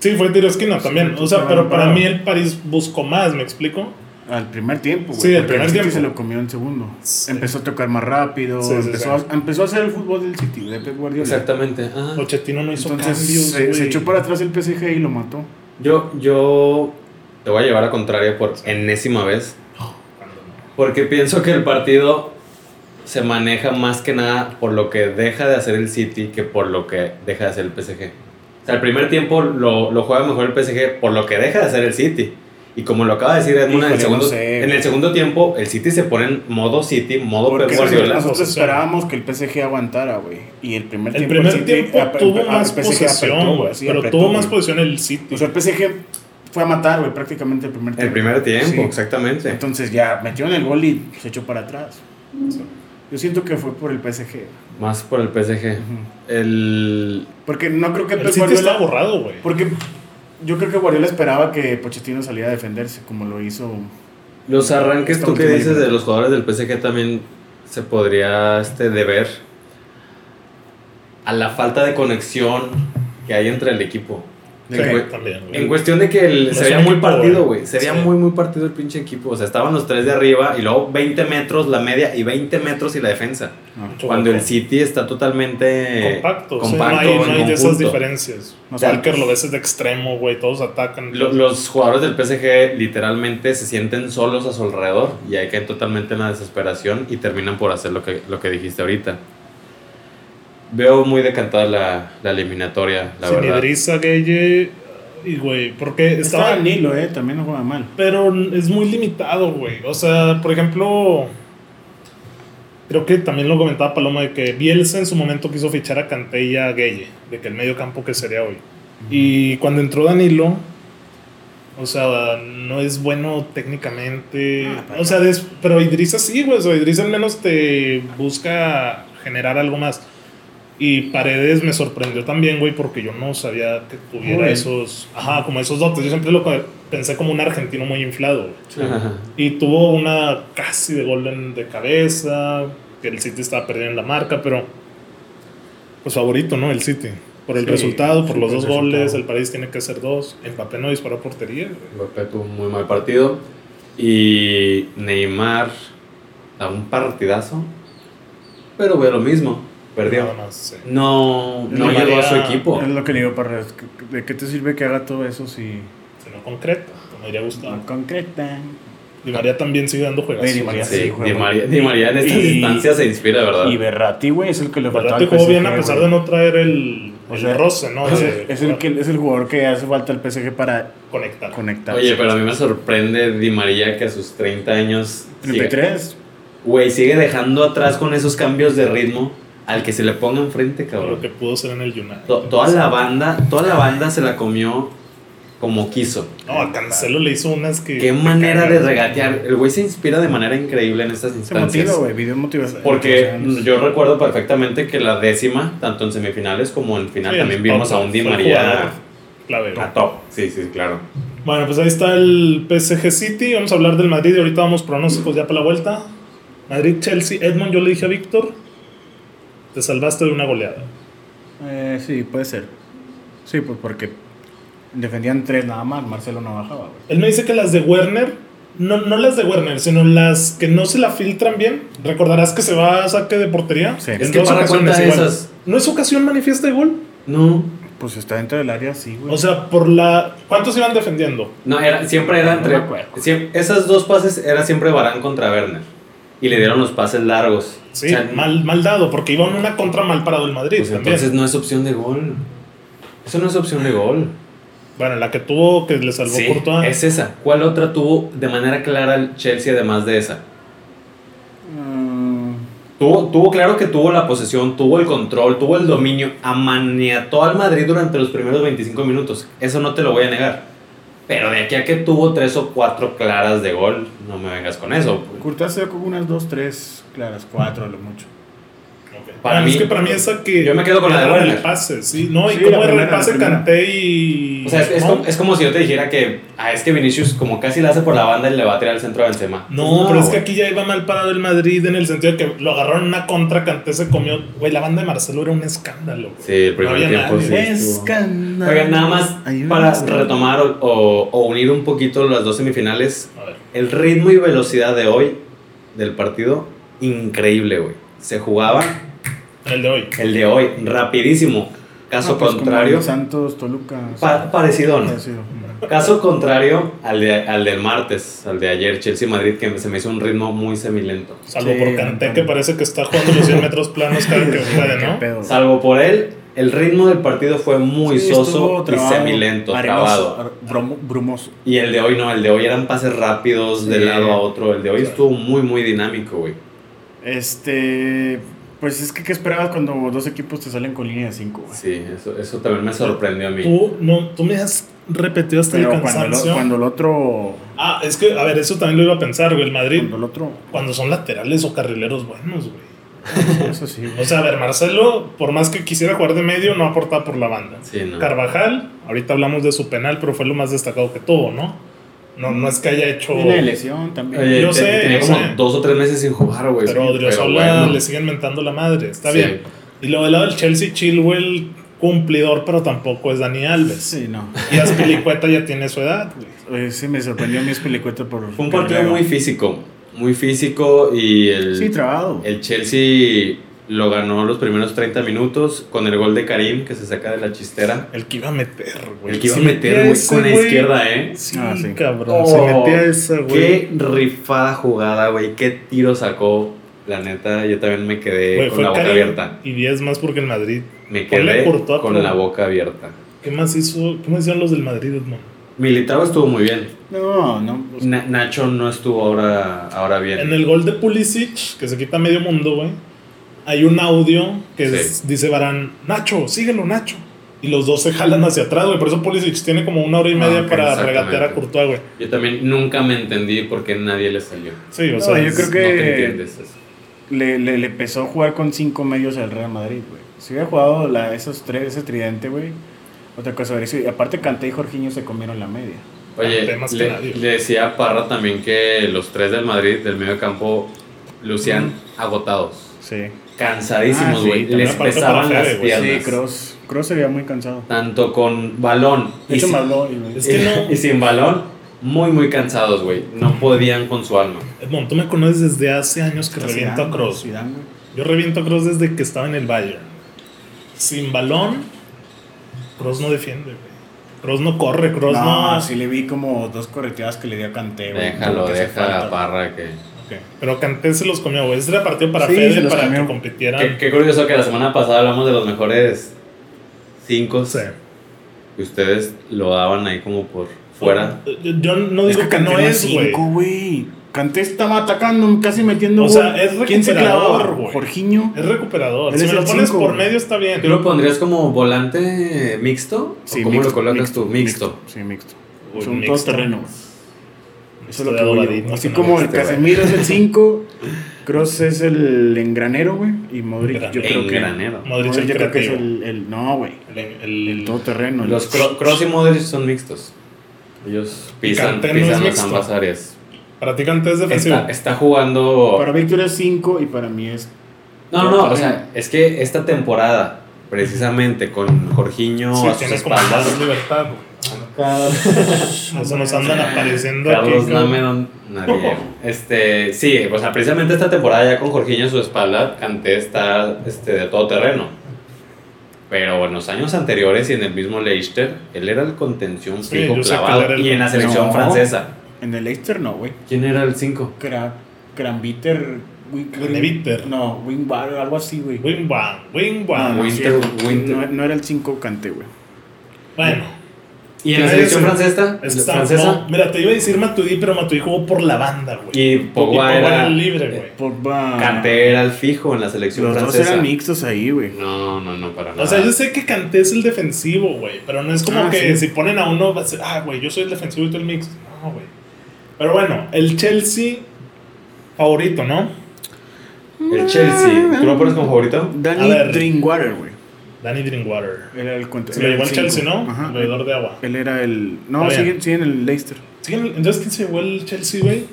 Speaker 1: Sí, fue tiro de esquina también. O sea, pero para
Speaker 2: claro.
Speaker 1: mí el París buscó más, ¿me explico?
Speaker 2: Al primer tiempo, güey.
Speaker 1: Sí, al
Speaker 2: porque
Speaker 1: primer
Speaker 2: el City
Speaker 1: tiempo.
Speaker 2: se lo comió en segundo.
Speaker 1: Sí.
Speaker 2: Empezó a tocar más rápido.
Speaker 1: Sí, sí,
Speaker 2: empezó,
Speaker 1: sí.
Speaker 2: A, empezó a hacer el fútbol del City, de Pep Guardiola.
Speaker 3: Exactamente.
Speaker 1: Ah,
Speaker 3: Ajá.
Speaker 1: Pochettino no hizo
Speaker 2: Entonces
Speaker 1: cambios,
Speaker 2: se, se
Speaker 1: güey.
Speaker 2: echó para atrás el PSG y lo mató.
Speaker 3: Yo, yo te voy a llevar a contraria por enésima vez. Porque pienso que el partido se maneja más que nada por lo que deja de hacer el City que por lo que deja de hacer el PSG. O sea, el primer tiempo lo, lo juega mejor el PSG por lo que deja de hacer el City. Y como lo acaba de decir Edmund, en,
Speaker 2: Híjole,
Speaker 3: el segundo,
Speaker 2: no sé.
Speaker 3: en el segundo tiempo el City se pone en modo City, modo Pep
Speaker 2: Porque
Speaker 3: Guardiola.
Speaker 2: nosotros
Speaker 1: Posesión.
Speaker 2: esperábamos que el PSG aguantara, güey. Y el primer
Speaker 1: El
Speaker 2: tiempo.
Speaker 1: primer
Speaker 2: City ah,
Speaker 1: tiempo
Speaker 2: ap-
Speaker 1: tuvo
Speaker 2: ap-
Speaker 1: más
Speaker 2: el PSG
Speaker 1: posesión,
Speaker 2: apretó,
Speaker 1: güey.
Speaker 2: sí,
Speaker 1: pero
Speaker 2: apretó,
Speaker 1: tuvo
Speaker 2: güey.
Speaker 1: más posesión el City.
Speaker 2: O sea, el PSG fue a matar, güey, prácticamente el primer tiempo.
Speaker 3: El primer tiempo,
Speaker 2: Sí.
Speaker 3: exactamente.
Speaker 2: Entonces ya metieron el gol y se echó para atrás. Yo siento que fue por el PSG.
Speaker 3: Más por el PSG. El...
Speaker 2: Porque no creo que
Speaker 1: El
Speaker 2: Pep
Speaker 1: City está
Speaker 2: Guardiola.
Speaker 1: borrado, güey.
Speaker 2: Porque Yo creo que Guardiola esperaba que Pochettino saliera a defenderse, como lo hizo.
Speaker 3: Los arranques,
Speaker 2: Esta
Speaker 3: tú que
Speaker 2: última
Speaker 3: dices
Speaker 2: liga.
Speaker 3: de los jugadores del PSG también se podría este, deber a la falta de conexión que hay entre el equipo.
Speaker 2: De
Speaker 1: Sí,
Speaker 2: que-
Speaker 1: también, güey.
Speaker 3: En cuestión de que el-
Speaker 1: No
Speaker 3: se
Speaker 1: es
Speaker 3: veía
Speaker 1: un
Speaker 3: muy
Speaker 1: equipo,
Speaker 3: partido,
Speaker 1: güey.
Speaker 3: güey. Se veía
Speaker 1: Sí.
Speaker 3: muy, muy partido el pinche equipo. O sea, estaban los tres de arriba y luego 20 metros la media y 20 metros y la defensa.
Speaker 2: no,
Speaker 1: Mucho
Speaker 3: Cuando el
Speaker 1: hueco.
Speaker 3: City está
Speaker 2: eh,
Speaker 3: totalmente
Speaker 1: compacto, sí,
Speaker 3: compacto,
Speaker 1: no hay,
Speaker 3: en
Speaker 1: no hay de esas
Speaker 3: conjunto.
Speaker 1: diferencias.
Speaker 2: O sea,
Speaker 1: Walker lo ves de extremo, güey, todos atacan.
Speaker 3: Lo- Los jugadores del PSG literalmente se sienten solos a su alrededor y ahí caen totalmente en la desesperación y terminan por hacer lo que, lo que dijiste ahorita. Veo muy decantada la, la eliminatoria, la
Speaker 1: Sin
Speaker 3: verdad.
Speaker 1: Idrissa Gueye y güey, porque
Speaker 2: estaba
Speaker 1: estaba
Speaker 2: al Nilo, eh, también no juega mal.
Speaker 1: pero es muy limitado, güey. O sea, por ejemplo, creo que también lo comentaba Paloma de que Bielsa en su momento quiso fichar a Kanté y a Gueye, de que el medio campo que sería hoy. Y cuando entró Danilo, o sea, no es bueno técnicamente.
Speaker 2: Ah, para
Speaker 1: o sea, des- pero Idrissa sí, güey. O sea, Idrissa al menos te busca generar algo más. Y Paredes me sorprendió también, güey, porque yo no sabía que tuviera
Speaker 2: Güey.
Speaker 1: esos. Ajá, como esos dotes. Yo siempre lo co- pensé como un argentino muy inflado, güey.
Speaker 3: Ajá.
Speaker 1: Y tuvo una casi de golden de cabeza, que el City estaba perdiendo en la marca, pero pues favorito, ¿no? El City. Por el
Speaker 2: Sí,
Speaker 1: resultado, por
Speaker 2: sí,
Speaker 1: los
Speaker 2: por
Speaker 1: dos
Speaker 2: el resultado.
Speaker 1: goles, el París tiene que hacer dos. Mbappé no disparó a portería. güey.
Speaker 3: [LAUGHS] Mbappé tuvo un muy mal partido. Y Neymar da un partidazo. Pero veo lo mismo.
Speaker 1: Nada
Speaker 3: Perdió.
Speaker 1: más, sí.
Speaker 3: No, no
Speaker 1: Neymar
Speaker 3: llegó a su
Speaker 1: era-
Speaker 3: equipo.
Speaker 2: Es lo que le digo para ¿De qué te sirve que haga todo eso si
Speaker 1: Si no concreto, como diría Gustavo.
Speaker 2: no concreta?
Speaker 1: Di María también sigue dando juegazos.
Speaker 2: Güey, Di María
Speaker 1: güey.
Speaker 2: sí,
Speaker 3: Sí,
Speaker 2: juega
Speaker 3: Di
Speaker 2: muy
Speaker 3: María,
Speaker 2: bien.
Speaker 3: Di María en estas
Speaker 2: Y-
Speaker 3: instancias se inspira, de verdad.
Speaker 2: Y Berratti, güey, es el que le faltaba.
Speaker 1: Berratti
Speaker 2: al
Speaker 1: jugó bien
Speaker 2: PSG,
Speaker 1: a pesar de
Speaker 2: güey.
Speaker 1: no traer el,
Speaker 2: O
Speaker 1: el
Speaker 2: sea,
Speaker 1: roce, ¿no?
Speaker 2: Es,
Speaker 1: De
Speaker 2: es el
Speaker 1: jugar-
Speaker 2: que, es el jugador que hace falta al PSG para
Speaker 1: Conectar.
Speaker 2: conectar.
Speaker 3: Oye, pero a mí me sorprende Di María que a sus 30 años. sigue-
Speaker 2: 33.
Speaker 3: Güey, sigue dejando atrás con esos cambios de ritmo al que se le ponga enfrente,
Speaker 1: Todo lo que
Speaker 3: cabrón.
Speaker 1: pudo ser en el United.
Speaker 3: To- toda la banda, toda la banda se la comió como quiso.
Speaker 1: No, a Cancelo le hizo unas que.
Speaker 3: Qué manera de regatear. El güey se inspira de manera increíble en estas
Speaker 2: Se motiva,
Speaker 3: instancias.
Speaker 2: güey, video motivación.
Speaker 3: Porque yo recuerdo perfectamente que la décima, tanto en semifinales como en final,
Speaker 1: Sí,
Speaker 3: también
Speaker 1: el
Speaker 3: vimos a
Speaker 1: top,
Speaker 3: un Di
Speaker 1: fue el
Speaker 3: María Ah.
Speaker 1: jugador clave, güey.
Speaker 3: a top. Sí, sí, claro.
Speaker 1: Bueno, pues ahí está el PSG City. Vamos a hablar del Madrid y ahorita vamos pronósticos ya para la vuelta. Madrid-Chelsea. Edmond, yo le dije a Víctor, te salvaste de una goleada.
Speaker 2: Eh, sí, puede ser. Sí, pues porque defendían tres nada más, Marcelo no bajaba, güey.
Speaker 1: Él me dice que las de Werner, no, no las de Werner, sino las que no se la filtran bien. Recordarás que se va a saque de portería.
Speaker 2: Sí.
Speaker 1: En
Speaker 3: Es que
Speaker 1: dos
Speaker 3: para
Speaker 1: ocasiones
Speaker 3: cuenta
Speaker 1: igual.
Speaker 3: esas.
Speaker 1: ¿No es ocasión manifiesta de gol?
Speaker 3: No.
Speaker 2: Pues está dentro del área, sí, güey.
Speaker 1: O sea, por la... ¿Cuántos iban defendiendo?
Speaker 3: No, era, siempre era
Speaker 2: No
Speaker 3: entre.
Speaker 2: me acuerdo.
Speaker 3: siem- esas dos pases era siempre Barán contra Werner. Y le dieron los pases largos.
Speaker 1: Sí,
Speaker 3: O sea,
Speaker 1: mal, mal dado, porque iba una contra mal parado el Madrid
Speaker 3: pues
Speaker 1: también.
Speaker 3: entonces no es opción de gol. Eso no es opción de gol.
Speaker 1: Bueno, la que tuvo que le salvó
Speaker 3: Sí,
Speaker 1: Courtois.
Speaker 3: es esa. ¿Cuál otra tuvo de manera clara el Chelsea además de esa?
Speaker 2: Mm,
Speaker 3: Tuvo, tuvo claro que tuvo la posesión, tuvo el control, tuvo el dominio, amaniató al Madrid durante los primeros 25 minutos. Eso no te lo voy a negar. Pero de aquí a que tuvo tres o cuatro claras de gol, no me vengas con eso.
Speaker 2: Courtois se dio como unas dos, tres claras, cuatro a lo mucho.
Speaker 3: Para
Speaker 1: Para mí,
Speaker 3: mí-
Speaker 1: es que para mí esa que.
Speaker 3: Yo me quedo con la de
Speaker 1: que daba el
Speaker 3: Werner.
Speaker 1: repase, sí. No, y
Speaker 2: Sí,
Speaker 1: como
Speaker 2: la
Speaker 1: el
Speaker 2: primera,
Speaker 1: repase
Speaker 2: la primera.
Speaker 1: canté y.
Speaker 3: O sea, es, es
Speaker 1: no,
Speaker 3: como, es como si yo te dijera que ah, es que Vinicius como casi la hace por la banda y le va a tirar al centro a Benzema.
Speaker 1: No, pero es que
Speaker 3: güey.
Speaker 1: aquí ya iba mal parado el Madrid en el sentido de que lo agarraron en una contra, canté se comió. Güey, la banda de Marcelo era un escándalo. güey.
Speaker 3: Sí, el primer
Speaker 1: había
Speaker 3: tiempo
Speaker 1: nadie.
Speaker 3: sí. estuvo. Oigan, nada más
Speaker 2: Hay una
Speaker 3: para
Speaker 2: historia.
Speaker 3: retomar o, o- o unir un poquito las dos semifinales,
Speaker 1: A ver,
Speaker 3: el ritmo y velocidad de hoy del partido, increíble, güey. Se jugaba
Speaker 1: el de hoy.
Speaker 3: el de hoy, rapidísimo. Caso
Speaker 2: No, pues, como
Speaker 3: contrario,
Speaker 2: el Santos, Toluca.
Speaker 3: pa- parecido, ¿no?
Speaker 2: parecido.
Speaker 3: Caso contrario al, de, al del martes, al de ayer, Chelsea-Madrid, que se me hizo un ritmo muy semilento.
Speaker 1: Salvo
Speaker 2: Sí,
Speaker 1: por Canté,
Speaker 2: no,
Speaker 1: que
Speaker 2: no.
Speaker 1: parece que está jugando los 100 metros planos cada que puede,
Speaker 2: Qué
Speaker 1: ¿no?
Speaker 2: pedo.
Speaker 3: Salvo por él, el ritmo del partido fue muy
Speaker 2: Sí,
Speaker 3: soso
Speaker 2: estuvo
Speaker 3: y
Speaker 2: trabado,
Speaker 3: semilento,
Speaker 2: arenoso,
Speaker 3: trabado.
Speaker 2: ar- bromo- brumoso.
Speaker 3: Y el de hoy no, el de hoy eran pases rápidos de
Speaker 2: Sí.
Speaker 3: lado a otro. El de hoy
Speaker 1: Sí.
Speaker 3: estuvo muy, muy dinámico, güey.
Speaker 2: Este. Pues es que, ¿qué esperabas cuando dos equipos te salen con línea de 5, güey?
Speaker 3: Sí, eso, eso también me sorprendió a mí.
Speaker 1: Tú, no, tú me has repetido hasta el
Speaker 2: Pero cuando el,
Speaker 1: cansancio.
Speaker 2: cuando el otro.
Speaker 1: Ah, es que, a ver, eso también lo iba a pensar, güey. El Madrid,
Speaker 2: Cuando el otro.
Speaker 1: cuando son laterales o carrileros buenos, güey.
Speaker 2: pues, Eso sí, güey.
Speaker 1: O sea, a ver, Marcelo, por más que quisiera jugar de medio, no aporta por la banda.
Speaker 3: Sí, no.
Speaker 1: Carvajal, ahorita hablamos de su penal, pero fue lo más destacado que tuvo, ¿no? No, no es que haya hecho.
Speaker 2: Tiene lesión también.
Speaker 3: Oye,
Speaker 1: Yo
Speaker 3: te-
Speaker 1: sé,
Speaker 3: tenía
Speaker 1: yo
Speaker 3: como
Speaker 1: sé.
Speaker 3: dos o tres meses sin jugar, güey.
Speaker 1: Pero
Speaker 3: sí,
Speaker 1: Odriozola
Speaker 3: bueno.
Speaker 1: le siguen mentando la madre, está
Speaker 3: Sí.
Speaker 1: bien. Y lo del lado del Chelsea, Chilwell, cumplidor, pero tampoco es Dani Alves.
Speaker 2: Sí, no.
Speaker 1: Y Aspilicueta ya tiene su edad, güey.
Speaker 2: Oye, Eh, sí me sorprendió mi espelicueta por...
Speaker 3: Fue un
Speaker 2: por
Speaker 3: partido
Speaker 2: Leo.
Speaker 3: muy físico. Muy físico y el,
Speaker 2: Sí, trabado.
Speaker 3: el Chelsea lo ganó los primeros 30 minutos con el gol de Karim que se saca de la chistera.
Speaker 1: El que iba a meter, güey.
Speaker 3: el que iba a
Speaker 1: Si
Speaker 3: meter,
Speaker 1: metía
Speaker 3: güey,
Speaker 1: ese,
Speaker 3: con la
Speaker 1: güey,
Speaker 3: izquierda, ¿eh?
Speaker 1: Sí,
Speaker 2: Ah, sí.
Speaker 1: cabrón.
Speaker 3: Oh,
Speaker 1: se metía esa, güey.
Speaker 3: Qué rifada jugada, güey. Qué tiro sacó. La neta, yo también me quedé
Speaker 1: Güey,
Speaker 3: eh, con la boca
Speaker 1: Karim
Speaker 3: abierta.
Speaker 1: Y 10 más porque el Madrid.
Speaker 3: Me
Speaker 1: Ponle
Speaker 3: quedé
Speaker 1: Courtois,
Speaker 3: con
Speaker 1: pero-
Speaker 3: la boca abierta.
Speaker 1: ¿Qué más hizo? ¿Qué más hicieron los del Madrid, Edmond?
Speaker 3: Militao estuvo muy bien.
Speaker 2: No, no. pues,
Speaker 3: Na- Nacho no estuvo ahora, ahora bien.
Speaker 1: En el gol de Pulisic, que se quita medio mundo, güey, hay un audio que
Speaker 3: Sí.
Speaker 1: es- dice Barán, Nacho, síguelo, Nacho. Y los dos se jalan hacia atrás, güey. Por eso Pulisic tiene como una hora y
Speaker 3: Ah,
Speaker 1: media
Speaker 3: ok,
Speaker 1: para
Speaker 3: exactamente.
Speaker 1: regatear a Courtois, güey.
Speaker 3: Yo también nunca me entendí por qué nadie le salió.
Speaker 1: Sí, o
Speaker 2: No,
Speaker 1: sea,
Speaker 2: yo
Speaker 1: es-
Speaker 2: creo
Speaker 3: No
Speaker 2: que-
Speaker 3: te entiendes eso.
Speaker 2: le, le, le pesó jugar con cinco medios al Real Madrid, güey. Si hubiera jugado la, esos tres, ese tridente, güey, otra cosa hubiera sido. Y aparte, Kanté y Jorginho se comieron la media.
Speaker 3: Oye,
Speaker 1: Ante más Ah, que
Speaker 3: le,
Speaker 1: nadie.
Speaker 3: le decía a Parra también que los tres del Madrid, del medio campo, lucían
Speaker 1: Mm.
Speaker 3: agotados.
Speaker 2: Sí. Ah,
Speaker 3: Cansadísimos,
Speaker 2: sí,
Speaker 3: güey.
Speaker 2: también
Speaker 3: Les
Speaker 1: aparte
Speaker 3: pesaban
Speaker 1: para
Speaker 3: las
Speaker 1: Fede, güey.
Speaker 3: piernas.
Speaker 2: Sí, Cross. Cross se veía muy cansado.
Speaker 3: Tanto con balón
Speaker 2: De
Speaker 3: y
Speaker 2: hecho,
Speaker 3: sin-
Speaker 2: me habló y me
Speaker 1: Es que
Speaker 3: [LAUGHS]
Speaker 1: no.
Speaker 3: y sin balón, muy, muy cansados, güey. No podían con su alma.
Speaker 1: Edmond, tú me conoces desde hace años que reviento a Cross.
Speaker 2: Zidane, güey.
Speaker 1: Yo reviento a Cross desde que estaba en el Bayern. Sin balón, Cross no defiende, güey. Cross no corre, Cross
Speaker 2: No,
Speaker 1: no.
Speaker 2: sí le vi como dos correteadas que le dio a Kanté, güey.
Speaker 3: Déjalo,
Speaker 2: Como que se
Speaker 3: deja a
Speaker 2: falta.
Speaker 3: Parra que...
Speaker 1: Ok. Pero Kanté se los comió, güey. Ese era partido para
Speaker 2: Sí, se
Speaker 1: Fede
Speaker 2: los
Speaker 1: para que
Speaker 2: comió.
Speaker 1: competieran.
Speaker 3: Qué, qué curioso que la semana pasada hablamos de los mejores cinco.
Speaker 1: No sé.
Speaker 3: Y ustedes lo daban ahí como por fuera.
Speaker 1: Yo, yo no
Speaker 2: Es
Speaker 1: digo
Speaker 2: que
Speaker 1: que, no es, güey.
Speaker 2: cinco, güey. Kanté estaba atacando, casi metiendo
Speaker 1: O
Speaker 2: gol.
Speaker 1: sea, es
Speaker 2: ¿Quién se
Speaker 1: recuperador,
Speaker 2: clavaba?
Speaker 1: güey.
Speaker 2: Jorginho.
Speaker 1: Es recuperador.
Speaker 2: Él
Speaker 1: Si
Speaker 2: es
Speaker 1: me lo
Speaker 2: el
Speaker 1: pones
Speaker 2: cinco,
Speaker 1: por
Speaker 2: güey.
Speaker 1: medio está bien.
Speaker 3: ¿Tú lo pondrías como volante mixto? ¿O ¿Cómo lo colocas tú? Mixto.
Speaker 2: Sí, mixto.
Speaker 1: Uy,
Speaker 2: Es un
Speaker 1: mixto. Este
Speaker 2: todoterreno. güey. Eso es lo que
Speaker 1: Estoy
Speaker 2: voy yo.
Speaker 1: adobadito,
Speaker 2: Así
Speaker 1: no,
Speaker 2: como el
Speaker 3: este, güey.
Speaker 2: Casemiro es
Speaker 1: [LAUGHS]
Speaker 2: el 5, Cross es el engranero, güey. Y Modric, yo creo
Speaker 3: En
Speaker 2: que.
Speaker 3: granero.
Speaker 1: Modric
Speaker 2: Modric
Speaker 1: el
Speaker 2: yo creo que es
Speaker 1: creativo.
Speaker 2: el. el- no, güey.
Speaker 1: El, el-
Speaker 2: El todoterreno. el-
Speaker 3: Los Cro- Cross y Modric son mixtos. Ellos pisan,
Speaker 1: Kanté no es
Speaker 3: pisan las
Speaker 1: mixto.
Speaker 3: ambas áreas.
Speaker 1: Para ti Kanté es defensivo.
Speaker 3: Está, está jugando...
Speaker 2: Para Víctor es 5 y para mí es.
Speaker 3: No, no, eh. no, o sea, es que esta temporada, precisamente con Jorginho
Speaker 1: Sí,
Speaker 3: a sus
Speaker 1: tienes como más
Speaker 3: espaldas,
Speaker 1: libertad. güey. O sea, [LAUGHS] nos andan apareciendo
Speaker 3: Carlos
Speaker 1: aquí.
Speaker 3: Name, no- nadie. Este, sí, o sea, precisamente esta temporada ya con Jorginho a su espalda, Kanté está este, de todo terreno. Pero en los años anteriores y en el mismo Leicester, él era el contención
Speaker 1: Sí,
Speaker 3: fijo
Speaker 1: yo sé que
Speaker 3: clavado.
Speaker 1: él era el-
Speaker 3: Y en la selección
Speaker 2: No.
Speaker 3: francesa,
Speaker 2: En el Leicester no, güey.
Speaker 3: ¿quién era el 5?
Speaker 2: Cra- Cranbiter. Wing-
Speaker 1: Craneviter.
Speaker 2: No, Wingbar, algo así, güey.
Speaker 1: Wing Wang, Wing
Speaker 3: Ah,
Speaker 1: Wang.
Speaker 2: Ah, No, no,
Speaker 3: Winter-
Speaker 2: sí,
Speaker 3: Winter.
Speaker 2: No, no era el 5 Kanté, güey.
Speaker 1: Bueno,
Speaker 3: ¿Y en la
Speaker 1: Nadie
Speaker 3: selección
Speaker 1: se-
Speaker 3: francesa?
Speaker 1: es que está-
Speaker 3: francesa?
Speaker 1: no, mira, te iba a decir Matuidi, pero Matuidi jugó por la banda, güey.
Speaker 3: Y
Speaker 1: Pogba
Speaker 3: Pogba era.
Speaker 1: el libre, güey.
Speaker 2: Pogba.
Speaker 3: Kanté era el fijo en la selección
Speaker 2: Los dos
Speaker 3: francesa.
Speaker 2: eran mixtos ahí, güey.
Speaker 3: No, no, no, para nada.
Speaker 1: O sea, yo sé que Kanté es el defensivo, güey. Pero no es como
Speaker 2: Ah,
Speaker 1: que
Speaker 2: sí.
Speaker 1: si ponen a uno, va a ser, ah, güey, yo soy el defensivo y tú el mix. No, güey. Pero bueno, el Chelsea favorito, ¿no?
Speaker 3: El
Speaker 2: Mm.
Speaker 3: Chelsea, ¿tú lo pones como favorito?
Speaker 1: A ver.
Speaker 2: Danny Drinkwater, güey.
Speaker 1: Danny Drinkwater.
Speaker 2: Era el contra-
Speaker 1: Se lo llevó
Speaker 2: el
Speaker 1: al Chelsea,
Speaker 2: cinco.
Speaker 1: ¿no?
Speaker 2: Ajá.
Speaker 1: Alrededor de agua.
Speaker 2: Él era el. No,
Speaker 1: Está bien.
Speaker 2: sigue, sigue en el Leicester.
Speaker 1: Sí, Entonces, ¿quién se llevó el Chelsea, güey?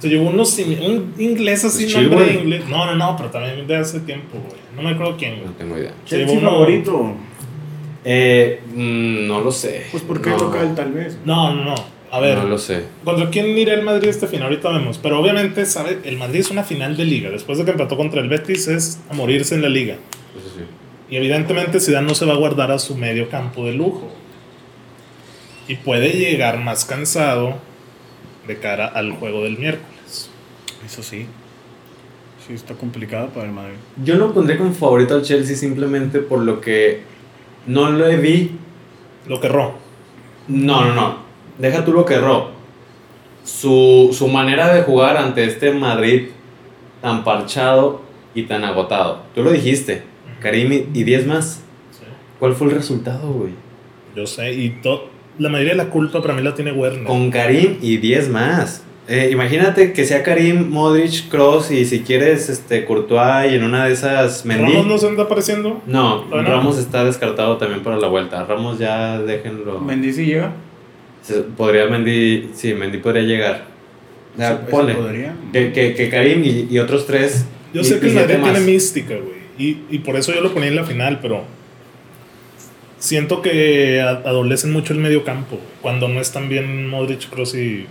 Speaker 1: Se llevó unos sin- un inglés así,
Speaker 3: Pues
Speaker 1: nombre de
Speaker 3: Chilwell.
Speaker 1: inglés. No, no, no, pero también de hace tiempo, güey. No me acuerdo quién, güey.
Speaker 3: No tengo idea.
Speaker 1: Se
Speaker 2: Chelsea
Speaker 1: llevó uno-
Speaker 2: favorito.
Speaker 3: Eh, mm, no lo sé.
Speaker 2: Pues porque
Speaker 3: no,
Speaker 2: es local, tal vez.
Speaker 1: No, no, no. A ver,
Speaker 3: No lo sé.
Speaker 1: ¿Contra quién irá el Madrid esta final? Ahorita vemos. Pero obviamente, sabe, el Madrid es una final de liga. Después de que empató contra el Betis, es a morirse en la liga.
Speaker 3: Eso sí.
Speaker 1: Y evidentemente, Zidane no se va a guardar a su medio campo de lujo. Y puede llegar más cansado de cara al juego del miércoles.
Speaker 2: Eso sí. Sí, está complicado para el Madrid.
Speaker 3: Yo no pondré como favorito al Chelsea simplemente por lo que no lo vi.
Speaker 1: Lo que erró.
Speaker 3: No, no, no. Deja tú lo que erró. Su, su manera de jugar ante este Madrid tan parchado y tan agotado. Tú lo dijiste, Karim y- y 10 más. ¿Cuál fue el resultado, güey?
Speaker 1: Yo sé, y to- la mayoría de la culpa para mí la tiene Werner.
Speaker 3: Con Karim y 10 más. eh, imagínate que sea Karim, Modric, Cross y si quieres este Courtois y en una de esas Mendy.
Speaker 1: Ramos no se Ah, anda apareciendo.
Speaker 3: No,
Speaker 1: Bueno.
Speaker 3: Ramos está descartado también para la vuelta. Ramos ya déjenlo.
Speaker 2: Mendy sí llega.
Speaker 3: Se- podría Mendy, sí, Mendy podría llegar. O sea,
Speaker 2: Eso- eso
Speaker 3: ponle.
Speaker 2: podría.
Speaker 3: Que, que, que Karim y, y otros tres.
Speaker 1: Yo
Speaker 3: y-
Speaker 1: sé que
Speaker 3: y
Speaker 1: el
Speaker 3: siete
Speaker 1: Madrid tiene
Speaker 3: más.
Speaker 1: mística, güey. Y, y por eso yo lo ponía en la final, pero siento que a- adolecen mucho el medio campo güey, cuando no están bien Modric, Kroos y,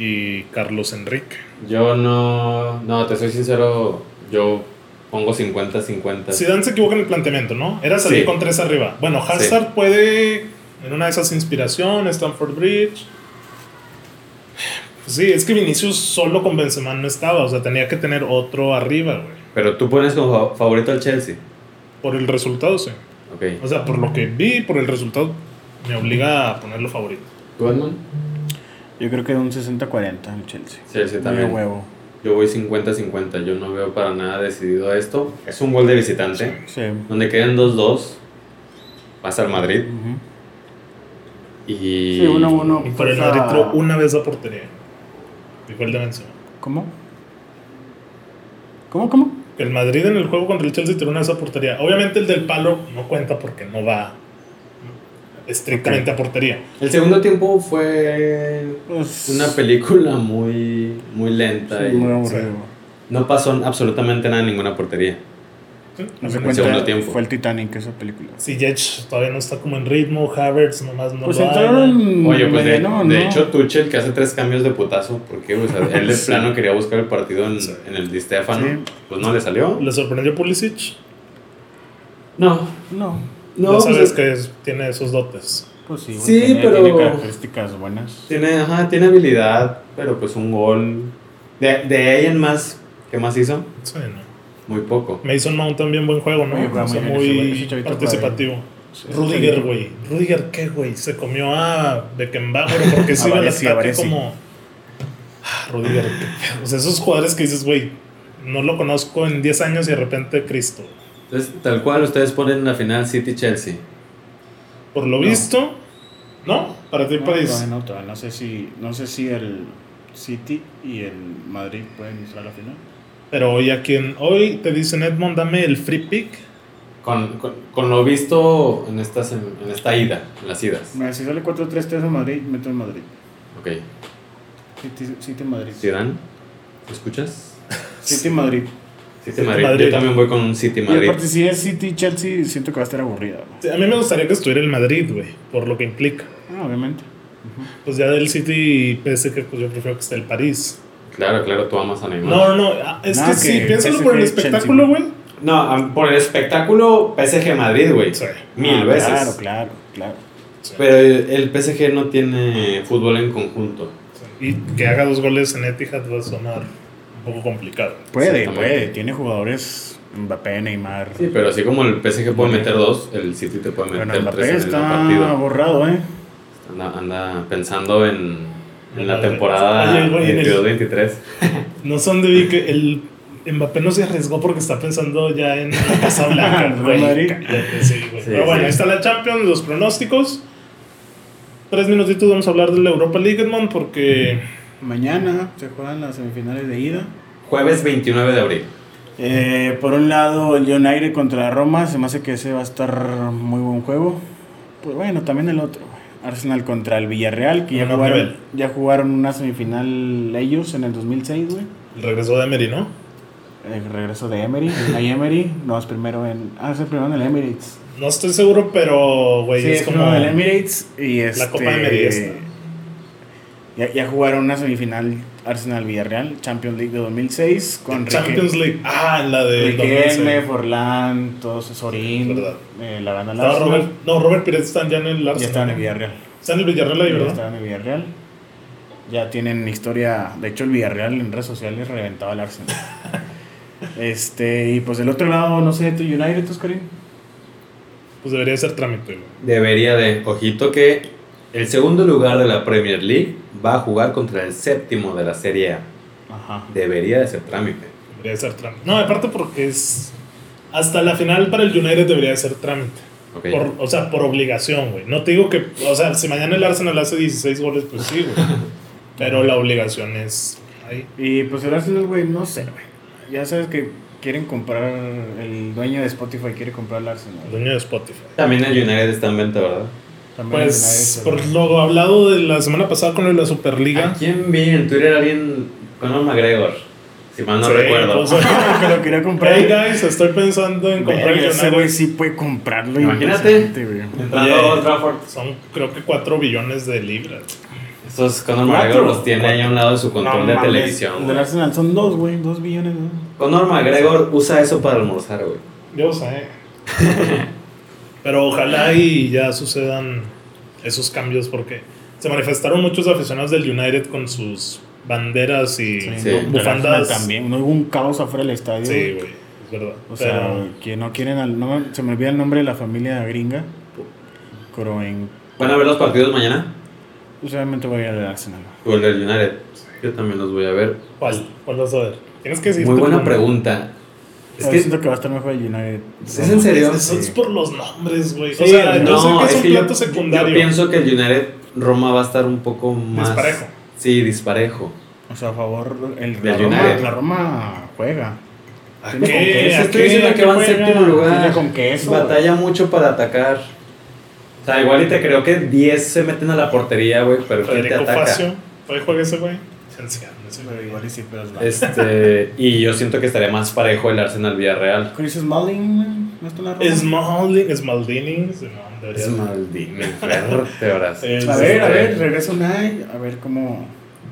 Speaker 1: y Carlos Enrique.
Speaker 3: Yo no. No, te soy sincero. Yo pongo 50-50.
Speaker 1: Zidane se equivoca en el planteamiento, ¿no? Era salir
Speaker 3: Sí.
Speaker 1: con tres arriba. Bueno, Hazard puede en una de esas inspiración, Stamford Bridge. Sí, es que Vinicius solo con Benzema no estaba, o sea, tenía que tener otro arriba, güey.
Speaker 3: Pero tú pones como fa- favorito al Chelsea.
Speaker 1: Por el resultado, sí.
Speaker 3: Ok.
Speaker 1: O sea, por lo que vi, por el resultado, me obliga a ponerlo favorito.
Speaker 3: ¿Tú, Edmond?
Speaker 2: Yo creo que un 60-40 el Chelsea.
Speaker 3: Chelsea
Speaker 2: Muy
Speaker 3: también.
Speaker 2: de huevo.
Speaker 3: Yo voy 50-50. Yo no veo para nada decidido esto. Es un gol de visitante.
Speaker 2: Sí.
Speaker 3: Donde queden 2-2. Pasa al Madrid.
Speaker 2: Ujú.
Speaker 3: Y.
Speaker 2: Sí, 1-1.
Speaker 1: Y por el
Speaker 2: Pues, ah,
Speaker 1: árbitro, una vez la portería. Dijo el de Benzema.
Speaker 2: ¿Cómo? ¿Cómo, cómo?
Speaker 1: El Madrid en el juego contra el Chelsea tiene una vez a portería. Obviamente el del palo no cuenta porque no va estrictamente a portería.
Speaker 3: El segundo tiempo fue.
Speaker 2: Pues,
Speaker 3: Una película muy, muy lenta.
Speaker 2: sí,
Speaker 3: y
Speaker 2: muy aburrido.
Speaker 3: No pasó absolutamente nada en ninguna portería.
Speaker 2: No se
Speaker 3: El
Speaker 2: cuenta,
Speaker 3: segundo tiempo.
Speaker 2: fue el Titanic esa película.
Speaker 1: Si Jets todavía no está como en ritmo, Havertz nomás no
Speaker 2: Pues
Speaker 1: lo haga.
Speaker 2: entraron
Speaker 3: Oye, pues de,
Speaker 2: mediano,
Speaker 3: de
Speaker 2: ¿no?
Speaker 3: hecho, Tuchel que hace tres cambios de putazo, porque o sea,
Speaker 2: [LAUGHS]
Speaker 3: él de
Speaker 1: Sí.
Speaker 3: plano quería buscar el partido en, en el Di Stefano.
Speaker 2: Sí.
Speaker 3: Pues no le salió.
Speaker 1: ¿Le sorprendió Pulisic?
Speaker 3: No, pues
Speaker 2: No,
Speaker 1: ya sabes que es- tiene esos dotes.
Speaker 2: pues sí. güey,
Speaker 3: Sí,
Speaker 2: tiene-
Speaker 3: pero-
Speaker 2: Tiene características buenas.
Speaker 3: tiene, ajá, tiene habilidad, pero pues un gol. De, de ahí en más, ¿qué más hizo?
Speaker 1: Sí, ¿no?
Speaker 3: Muy poco.
Speaker 1: Mason Mount también buen juego, ¿no?
Speaker 2: Oye, juega
Speaker 1: O sea,
Speaker 2: muy bien ese güey, ese
Speaker 1: muy
Speaker 2: chavito
Speaker 1: participativo.
Speaker 2: Sí,
Speaker 1: Rudiger,
Speaker 2: sí.
Speaker 1: güey. Rudiger, ¿qué, güey? Se comió a Beckenbauer porque se
Speaker 2: [LAUGHS] A
Speaker 1: iba al
Speaker 2: Varese,
Speaker 1: ataque
Speaker 2: a Varese.
Speaker 1: como. Ah, Rudiger, qué pedo. O sea, esos jugadores que dices, güey, no lo conozco en 10 años y de repente Cristo.
Speaker 3: Entonces, tal cual, ustedes ponen la final City-Chelsea.
Speaker 1: Por lo
Speaker 2: No.
Speaker 1: visto, ¿no? Para ti,
Speaker 2: No,
Speaker 1: París.
Speaker 2: todavía no, todavía no sé si, no sé si el City y el Madrid pueden entrar a la final.
Speaker 1: Pero hoy a quien hoy te dicen, Edmond, dame el free pick.
Speaker 3: Con, con, con lo visto en, estas, en, en esta ida, en las idas.
Speaker 2: Mira, si sale 4-3-3 a Madrid, meto en Madrid.
Speaker 3: Ok.
Speaker 2: City, City Madrid.
Speaker 3: Zidane, ¿me escuchas?
Speaker 2: City Madrid.
Speaker 3: City
Speaker 1: City
Speaker 3: Madrid.
Speaker 1: Madrid.
Speaker 3: Yo también voy con un City
Speaker 2: Y
Speaker 3: Madrid.
Speaker 2: aparte, si es City Chelsea, siento que va a estar aburrida. ¿no?
Speaker 1: A mí me gustaría que estuviera el Madrid, güey, por lo que implica.
Speaker 2: Ah, obviamente.
Speaker 1: Pues ya del City y PSG, pues yo prefiero que esté el París.
Speaker 3: Claro, claro, tú amas a Neymar.
Speaker 1: No, no, no. ah, Es
Speaker 2: No,
Speaker 1: que
Speaker 2: Pues que
Speaker 1: sí, piénsalo
Speaker 2: PSG,
Speaker 1: por el espectáculo, güey.
Speaker 3: No, am- por el espectáculo PSG Madrid, güey.
Speaker 1: Sí.
Speaker 3: Mil
Speaker 2: Ah,
Speaker 3: veces.
Speaker 2: Claro, claro, claro.
Speaker 3: Pero el, el PSG no tiene fútbol en conjunto.
Speaker 1: Y que haga dos goles en Etihad va a sonar un poco complicado.
Speaker 2: Puede,
Speaker 3: Exactamente.
Speaker 2: puede. Tiene jugadores Mbappé, Neymar.
Speaker 3: Sí, pero así como el PSG puede meter dos, el City te puede
Speaker 2: bueno,
Speaker 3: meter
Speaker 2: Mbappé
Speaker 3: tres en el mismo
Speaker 2: está
Speaker 3: partido.
Speaker 2: borrado, ¿eh?
Speaker 3: Anda, anda pensando en, en la
Speaker 1: Madre.
Speaker 3: temporada
Speaker 1: Oye, güey, en el-
Speaker 3: 22-23.
Speaker 1: No son de vi que el Mbappé no se arriesgó porque está pensando ya en la
Speaker 2: [LAUGHS]
Speaker 1: Casa Blanca,
Speaker 2: Real
Speaker 1: güey.
Speaker 2: Madrid.
Speaker 1: Cállate, sí, güey.
Speaker 3: Sí,
Speaker 1: Pero bueno,
Speaker 3: sí.
Speaker 1: ahí está la Champions, los pronósticos. Tres minutitos vamos a hablar de la Europa League, Edmond, porque
Speaker 2: Mañana se juegan las semifinales de ida.
Speaker 3: Jueves 29 de abril.
Speaker 2: Eh, por un lado, el United contra la Roma, se me hace que ese va a estar muy buen juego. Pues bueno, también el otro. Arsenal contra el Villarreal, que ya
Speaker 1: Bueno,
Speaker 2: jugaron,
Speaker 1: nivel.
Speaker 2: ya jugaron una semifinal ellos en el 2006, güey.
Speaker 1: el regreso de Emery, ¿no?
Speaker 2: El regreso de Emery. Hay Emery. No, es primero en. Ah, es el primero en el Emirates.
Speaker 1: No estoy seguro, pero, güey,
Speaker 2: sí,
Speaker 1: es
Speaker 2: es
Speaker 1: como...
Speaker 2: primero en el Emirates. Y este,
Speaker 1: Copa de Emery esta.
Speaker 2: Ya, ya jugaron una semifinal Arsenal-Villarreal, Champions League de 2006, con Riquelme-
Speaker 1: Champions League. Ah, la de...
Speaker 2: Riquelme,
Speaker 1: 2006.
Speaker 2: Forlán, todos Sorín,
Speaker 1: Verdad.
Speaker 2: eh, la banda
Speaker 1: Estaba
Speaker 2: Arsenal.
Speaker 1: Robert, no, Robert Pires está ya en el Arsenal.
Speaker 2: Ya estaban en Villarreal.
Speaker 1: Está en el Villarreal ahí,
Speaker 2: Ya
Speaker 1: ¿verdad?
Speaker 2: estaban en Villarreal. Ya tienen historia. De hecho, el Villarreal en redes sociales reventaba
Speaker 1: [LAUGHS]
Speaker 2: al Arsenal. este, y pues del otro lado, no sé, tu United, tú, Karim.
Speaker 1: Pues debería ser trámite, güey.
Speaker 3: Debería de. Ojito que el segundo lugar de la Premier League va a jugar contra el séptimo de la Serie A.
Speaker 2: Ajá.
Speaker 3: Debería de ser trámite.
Speaker 1: Debería ser trámite. No, aparte porque es. Hasta la final para el United debería ser trámite.
Speaker 3: Ok.
Speaker 1: Por, o sea, por obligación, güey. No te digo que. O sea, si mañana el Arsenal hace 16 goles, pues sí, güey. Pero la obligación es ahí.
Speaker 2: Y pues el Arsenal, güey, no sé, güey. Ya sabes que quieren comprar, el dueño de Spotify quiere comprar el Arsenal.
Speaker 1: El dueño de Spotify.
Speaker 3: También el United está en venta, ¿verdad?
Speaker 2: También una de
Speaker 1: Pues
Speaker 2: esas,
Speaker 1: por
Speaker 2: güey.
Speaker 1: lo hablado de la semana pasada con lo de la Superliga.
Speaker 3: ¿A quién vi en Twitter? Alguien, Conor McGregor, si mal no
Speaker 1: Sí,
Speaker 3: recuerdo.
Speaker 1: pues,
Speaker 2: [LAUGHS] que lo quería
Speaker 1: Hey
Speaker 2: comprar.
Speaker 1: guys, estoy pensando en comprar
Speaker 2: Verga,
Speaker 1: el
Speaker 2: ese
Speaker 1: United.
Speaker 2: güey sí puede comprarlo.
Speaker 3: Imagínate.
Speaker 2: impresionante, güey.
Speaker 1: Oye.
Speaker 3: Entrando a Old Trafford.
Speaker 1: Son creo que 4 billones de libras.
Speaker 3: Esos Conor
Speaker 2: ¿Cuatro?
Speaker 3: McGregor los tiene ahí a un lado de su
Speaker 2: No
Speaker 3: control de
Speaker 2: mames,
Speaker 3: televisión.
Speaker 2: El del
Speaker 3: güey.
Speaker 2: Arsenal son dos, güey. Dos billones, ¿no?
Speaker 3: Conor McGregor usa eso para almorzar, güey.
Speaker 1: Yo sé. [LAUGHS] Pero ojalá y ya sucedan esos cambios porque se manifestaron muchos aficionados del United con sus banderas y
Speaker 3: Sí.
Speaker 2: Del Arsenal
Speaker 1: bufandas.
Speaker 2: también. No hubo un caos afuera del estadio.
Speaker 1: Sí,
Speaker 2: güey.
Speaker 1: güey, es verdad.
Speaker 2: O sea, que no quieren al. No, me- se me olvida el nombre de la familia gringa. Croen.
Speaker 3: ¿Van a ver los partidos mañana?
Speaker 2: Usualmente Pues, voy a ir al Arsenal.
Speaker 3: O el del United. Yo también los voy a ver.
Speaker 1: Pero, ¿cuál, cuál vas a ver? Tienes que decir.
Speaker 3: Muy
Speaker 1: tu
Speaker 3: buena
Speaker 1: nombre.
Speaker 3: pregunta. Es
Speaker 2: Yo
Speaker 3: que,
Speaker 2: siento que va a estar mejor el United.
Speaker 3: ¿es en serio?
Speaker 1: Es, es por los nombres, güey.
Speaker 2: Sí,
Speaker 1: o sea, yo
Speaker 2: no,
Speaker 1: sé que es un
Speaker 3: que
Speaker 1: plato
Speaker 3: yo-
Speaker 1: secundario.
Speaker 3: Yo pienso que el United Roma va a estar un poco más.
Speaker 1: Disparejo.
Speaker 3: Sí, disparejo.
Speaker 2: O sea, a favor. El, la,
Speaker 3: Del
Speaker 2: Roma,
Speaker 3: United.
Speaker 2: la Roma juega.
Speaker 1: ¿A
Speaker 2: Tiene con
Speaker 1: qué?
Speaker 2: qué,
Speaker 1: ¿A
Speaker 3: Estoy
Speaker 1: qué?
Speaker 3: diciendo
Speaker 1: ¿A
Speaker 3: que
Speaker 1: qué
Speaker 3: va en
Speaker 1: juega?
Speaker 3: séptimo lugar.
Speaker 2: Tiene con queso,
Speaker 3: Batalla mucho para atacar. O sea, igual y te creo que 10 se meten a la portería, güey, pero ¿quién te
Speaker 1: Federico
Speaker 3: ataca?
Speaker 1: Facio. ¿Puede jugar ese güey? Cienciano, ese güey.
Speaker 2: Igual y sí, pero es la-
Speaker 3: Este, y yo siento que estaría más parejo el Arsenal Villarreal.
Speaker 2: Chris Smalling, güey, ¿no está en la Roma?
Speaker 1: Smalling, Smaldini. sí, no, debería-
Speaker 3: Es maldito, fuerte, este, ahora.
Speaker 1: Es-
Speaker 2: A ver, a ver, regresa Unai. A ver cómo.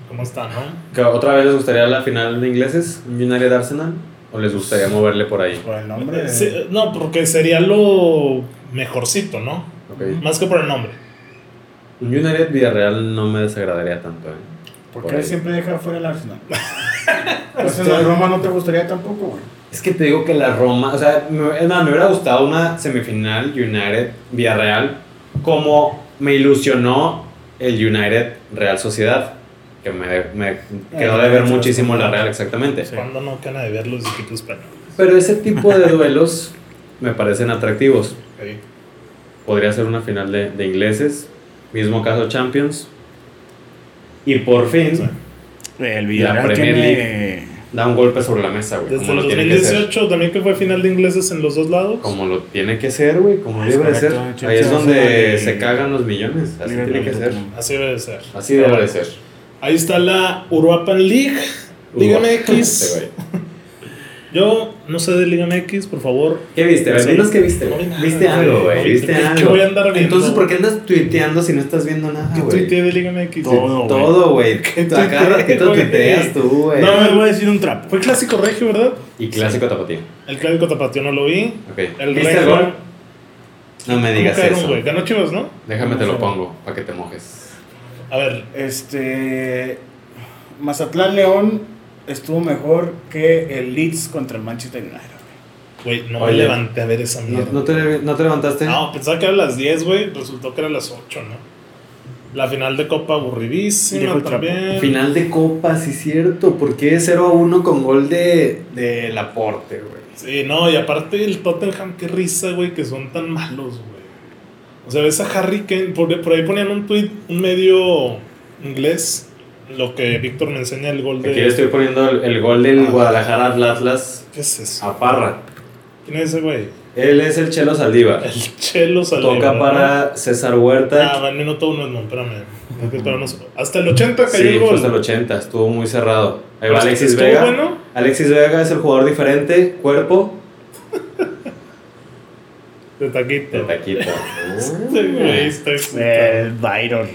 Speaker 1: ¿Cómo está, no?
Speaker 3: Que ¿Otra vez les gustaría la final de ingleses? ¿Un United Arsenal? ¿O les gustaría moverle por ahí?
Speaker 2: Por el nombre. de-
Speaker 1: Sí, no, porque sería lo mejorcito, ¿no?
Speaker 3: Ok.
Speaker 1: Más que por el nombre.
Speaker 3: Un United Villarreal no me desagradaría tanto, ¿eh?
Speaker 2: Porque
Speaker 3: Por
Speaker 2: él
Speaker 3: ahí.
Speaker 2: siempre deja fuera el
Speaker 3: [LAUGHS]
Speaker 2: Arsenal. Entonces la Roma no te gustaría tampoco, güey.
Speaker 3: Es que te digo que la Roma, o sea, me- es más, me hubiera gustado una semifinal United Villarreal como me ilusionó el United Real Sociedad, que me, me quedó de ver muchísimo la Real exactamente.
Speaker 1: Cuando no queda de ver los equipos españoles.
Speaker 3: Pero ese tipo de duelos me parecen atractivos.
Speaker 1: Ok.
Speaker 3: podría ser una final de, de ingleses, mismo caso Champions. Y por fin
Speaker 1: Sí.
Speaker 2: El
Speaker 3: Villarreal Premier tiene- da un golpe sobre la mesa, güey.
Speaker 1: Desde
Speaker 3: Como
Speaker 1: el
Speaker 3: lo tiene que ser.
Speaker 1: 2018, también que fue final de ingleses en los dos lados.
Speaker 3: Como lo tiene que ser, güey. Como
Speaker 2: Es
Speaker 3: debe de ser.
Speaker 2: correcto, Chelsea,
Speaker 3: Ahí es donde
Speaker 2: Arsenal y-
Speaker 3: se cagan los millones. Así tiene que ser.
Speaker 1: Así debe de ser.
Speaker 3: Así debe de ser.
Speaker 1: Ahí está la Uruapan League. Liga
Speaker 3: Uruguay.
Speaker 1: MX.
Speaker 3: Este, güey.
Speaker 1: Yo no sé de Liga MX, por favor.
Speaker 3: ¿Qué viste? A ver,
Speaker 1: Sí.
Speaker 3: dinos qué viste.
Speaker 1: No
Speaker 3: güey.
Speaker 1: vi nada,
Speaker 3: viste
Speaker 1: güey.
Speaker 3: algo,
Speaker 1: No
Speaker 3: güey.
Speaker 1: vi-
Speaker 3: Viste
Speaker 1: ¿qué
Speaker 3: algo.
Speaker 1: voy a andar viendo?
Speaker 3: Entonces, ¿por qué andas tuiteando si no estás viendo nada,
Speaker 1: ¿Qué
Speaker 3: güey?
Speaker 1: tuiteé de Liga MX?
Speaker 2: Todo. güey.
Speaker 3: Todo, güey. [LAUGHS] A cada
Speaker 1: tuiteé,
Speaker 3: ratito
Speaker 1: güey?
Speaker 3: tuiteas tú, güey.
Speaker 2: No, me voy a decir un trapo.
Speaker 1: Fue clásico regio, ¿verdad?
Speaker 3: Y clásico tapatío.
Speaker 1: El clásico tapatío no lo vi.
Speaker 3: Ok.
Speaker 1: El
Speaker 3: ¿Viste el
Speaker 1: Regio-
Speaker 3: gol? No me digas
Speaker 1: ¿Cómo cayeron,
Speaker 3: eso.
Speaker 1: güey? Ganó Chivas, ¿no?
Speaker 3: Déjame te lo pongo para que te mojes.
Speaker 1: A ver,
Speaker 2: Este. Mazatlán León estuvo mejor que el Leeds contra el Manchester United. güey.
Speaker 1: güey, no
Speaker 3: Oye.
Speaker 1: me levanté a ver esa
Speaker 3: ¿No,
Speaker 1: mierda.
Speaker 3: no te, no te levantaste?
Speaker 1: No, pensaba que era las 10, güey. Resultó que era las 8, ¿no? La final de Copa
Speaker 2: Dijo
Speaker 1: aburridísima
Speaker 2: el Chapo.
Speaker 1: también.
Speaker 3: Final de Copa, sí, cierto. Porque es 0 a 1 con gol de, de Laporte, güey.
Speaker 1: Sí, no, y aparte el Tottenham, qué risa, güey, que son tan malos, güey. O sea, ves a Harry Kane, por, por ahí ponían un tweet, un medio inglés, lo que Víctor me enseña el gol de...
Speaker 3: Aquí le estoy poniendo el, el gol del
Speaker 1: Ah.
Speaker 3: Guadalajara al Atlas
Speaker 1: ¿Qué es eso?
Speaker 3: a Parra.
Speaker 1: ¿Quién es ese, güey?
Speaker 3: Él es el Chelo Saldívar.
Speaker 1: El Chelo salió.
Speaker 3: Toca para César Huerta.
Speaker 1: Ah, va, el minuto uno, no, espérame. Hay que esperarnos- Hasta el 80 cayó
Speaker 3: sí,
Speaker 1: el
Speaker 3: fue
Speaker 1: gol.
Speaker 3: hasta el 80. Estuvo muy cerrado. Ahí va
Speaker 1: Pero
Speaker 3: Alexis
Speaker 1: estuvo
Speaker 3: Vega.
Speaker 1: bueno.
Speaker 3: Alexis Vega es el jugador diferente. Cuerpo
Speaker 1: De
Speaker 3: de
Speaker 1: taquito.
Speaker 3: [LAUGHS] taquito.
Speaker 1: Este güey está excitado.
Speaker 2: El Byron.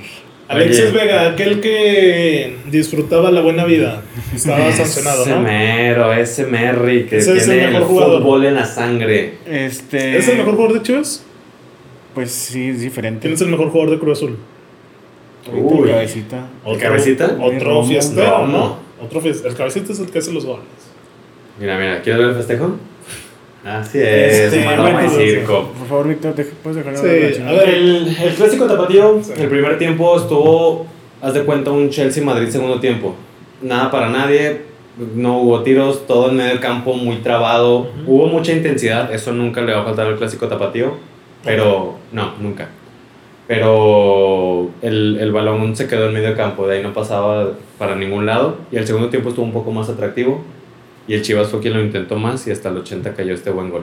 Speaker 1: Alexis
Speaker 3: Oye.
Speaker 1: Vega, aquel que disfrutaba la buena vida, estaba sancionado,
Speaker 3: ese
Speaker 1: ¿no?
Speaker 3: mero, ese Merry que
Speaker 1: Ese es el
Speaker 3: tiene el,
Speaker 1: mejor jugador.
Speaker 3: fútbol en la sangre.
Speaker 2: Este.
Speaker 1: ¿Es el mejor jugador de Chivas?
Speaker 2: Pues sí, es diferente.
Speaker 1: ¿Quién es el mejor jugador de Cruz Azul?
Speaker 2: Ahorita
Speaker 3: Uy.
Speaker 2: el Cabecita.
Speaker 3: ¿El Cabecita?
Speaker 1: Otro
Speaker 2: Romo.
Speaker 1: fiestero, ¿no?
Speaker 3: Romo.
Speaker 1: Otro fiestero. El cabecita es el que hace los goles.
Speaker 3: Mira, mira, ¿quieres ver el festejo? Así
Speaker 2: Eh,
Speaker 3: es,
Speaker 1: Este,
Speaker 3: maroma
Speaker 1: bueno,
Speaker 3: y
Speaker 1: sí.
Speaker 3: circo.
Speaker 2: Por favor, Víctor, ¿te- ¿puedes dejar
Speaker 1: Sí,
Speaker 2: hablar de la
Speaker 1: a
Speaker 2: chingada?
Speaker 1: ver.
Speaker 3: El, el clásico tapatío, el primer tiempo estuvo, haz de cuenta, un Chelsea-Madrid segundo tiempo. Nada para nadie, no hubo tiros, todo en medio del campo muy trabado. Hubo mucha intensidad, eso nunca le va a faltar al clásico tapatío, pero no, nunca. Pero el, el balón se quedó en medio campo, de ahí no pasaba para ningún lado. Y el segundo tiempo estuvo un poco más atractivo. Y el Chivas fue quien lo intentó más y hasta el 80 cayó este buen gol.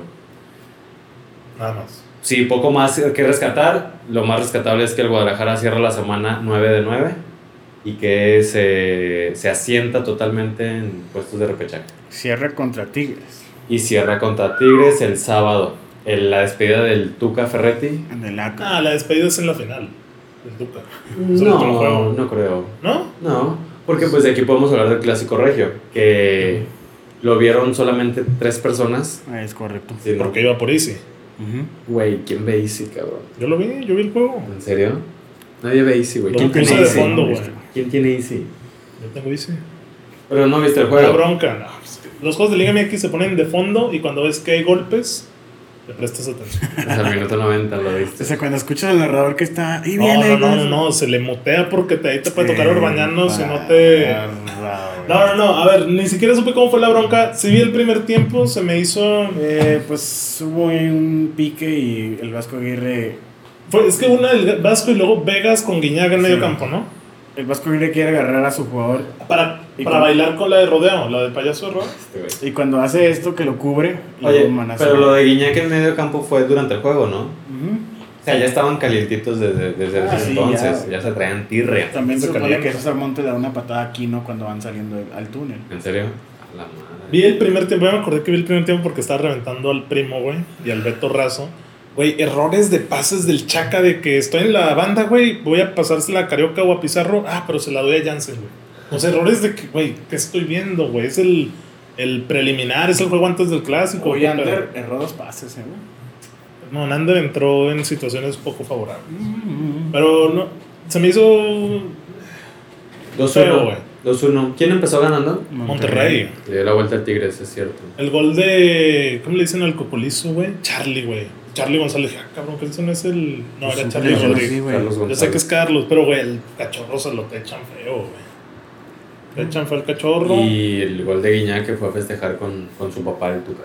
Speaker 1: Nada más.
Speaker 3: Sí, poco más que rescatar. Lo más rescatable es que el Guadalajara cierra la semana 9 de 9 y que se, se asienta totalmente en puestos de repechaje.
Speaker 2: Cierre contra Tigres.
Speaker 3: Y cierra contra Tigres el sábado. En la despedida del Tuca Ferretti.
Speaker 2: En el ACA.
Speaker 1: Ah, la despedida es en la final. El Tuca. Es el último
Speaker 3: No,
Speaker 1: juego.
Speaker 3: no creo.
Speaker 1: ¿No?
Speaker 3: No, porque pues de aquí podemos hablar del clásico regio, que lo vieron solamente tres personas.
Speaker 2: Ah, Es correcto.
Speaker 3: Sí, no.
Speaker 1: Porque iba por Easy.
Speaker 2: Ujú.
Speaker 3: Güey, ¿quién ve Easy, cabrón?
Speaker 1: Yo lo vi, yo vi el juego.
Speaker 3: ¿En serio? Nadie ve Easy, güey.
Speaker 1: Lo
Speaker 3: ¿Quién
Speaker 1: puse
Speaker 3: tiene
Speaker 1: de
Speaker 3: Easy?
Speaker 1: fondo, güey.
Speaker 3: ¿Quién tiene Easy?
Speaker 1: Yo tengo Easy.
Speaker 3: Pero no viste el
Speaker 1: La
Speaker 3: juego.
Speaker 1: bronca. no, pues, Los juegos de Liga MX se ponen de fondo y cuando ves que hay golpes, le prestas atención.
Speaker 3: Es al minuto 90 lo viste.
Speaker 2: O sea, cuando escuchas al narrador que está. ¡Y
Speaker 1: No,
Speaker 2: viene! Eh,
Speaker 1: no, no, no, no, se le motea porque te, ahí te puede tocar Orbañanos si no te. No,
Speaker 2: No,
Speaker 1: no, no, a ver, ni siquiera supe cómo fue la bronca. Si vi el primer tiempo, se me hizo.
Speaker 2: Eh, pues hubo ahí un pique y el Vasco Aguirre.
Speaker 1: Fue, es que una del Vasco y luego Vegas con Guiñaga en medio campo, ¿no?
Speaker 2: El Vasco Aguirre quiere agarrar a su jugador.
Speaker 1: Para,
Speaker 2: ¿Y
Speaker 1: para
Speaker 2: cómo?
Speaker 1: bailar con la de rodeo, la del payaso de rodeo.
Speaker 3: Este, güey.
Speaker 2: Y cuando hace esto, que lo cubre. y
Speaker 3: Oye,
Speaker 2: luego manazo.
Speaker 3: pero lo de Guiñac en medio campo fue durante el juego, ¿no?
Speaker 2: Ujú.
Speaker 3: O sea, ya estaban calientitos desde, desde
Speaker 2: Ah,
Speaker 3: ese
Speaker 2: sí,
Speaker 3: entonces.
Speaker 2: ya.
Speaker 3: Ya. se traían tirre.
Speaker 2: También se
Speaker 1: Eso
Speaker 2: supone
Speaker 1: calienta.
Speaker 2: que César Montes le da una patada aquí, ¿no? Cuando van saliendo del- al túnel.
Speaker 3: ¿En serio? A La madre.
Speaker 1: Vi el primer tiempo, ya me acordé que vi el primer tiempo porque estaba reventando al primo, güey, y al Beto Razo. Güey, errores de pases del Chaca de que estoy en la banda, güey, voy a pasársela a Carioca o a Pizarro. Ah, pero se la doy a Jansen, güey. Los errores de que, güey, ¿qué estoy viendo, güey? Es el, el preliminar, es el juego antes del clásico.
Speaker 2: Oye,
Speaker 1: güey, pero-
Speaker 2: Ander erró dos pases, ¿eh? güey?
Speaker 1: No, Nander entró en situaciones poco favorables.
Speaker 2: Mm, mm, mm.
Speaker 1: Pero no, se me hizo
Speaker 3: 2-1,
Speaker 1: Pero,
Speaker 3: güey.
Speaker 1: güey.
Speaker 3: 2-1. ¿Quién empezó ganando?
Speaker 1: Monterrey.
Speaker 3: Le dio la vuelta al Tigres, es cierto.
Speaker 1: El gol de. ¿Cómo le dicen al coculizo, güey? Charlie, güey. Charlie González. Ah, cabrón, que ese no es el. No,
Speaker 2: Pues
Speaker 1: era
Speaker 2: un
Speaker 1: Charlie
Speaker 2: pelotero,
Speaker 1: Rodríguez.
Speaker 2: sí, güey.
Speaker 3: Carlos
Speaker 1: Yo sé
Speaker 3: González.
Speaker 1: que es Carlos, pero, güey, el cachorro se lo te echan feo, güey. Te echan feo el cachorro.
Speaker 3: Y el gol de Guiñac que fue a festejar con, con su papá el Tuca.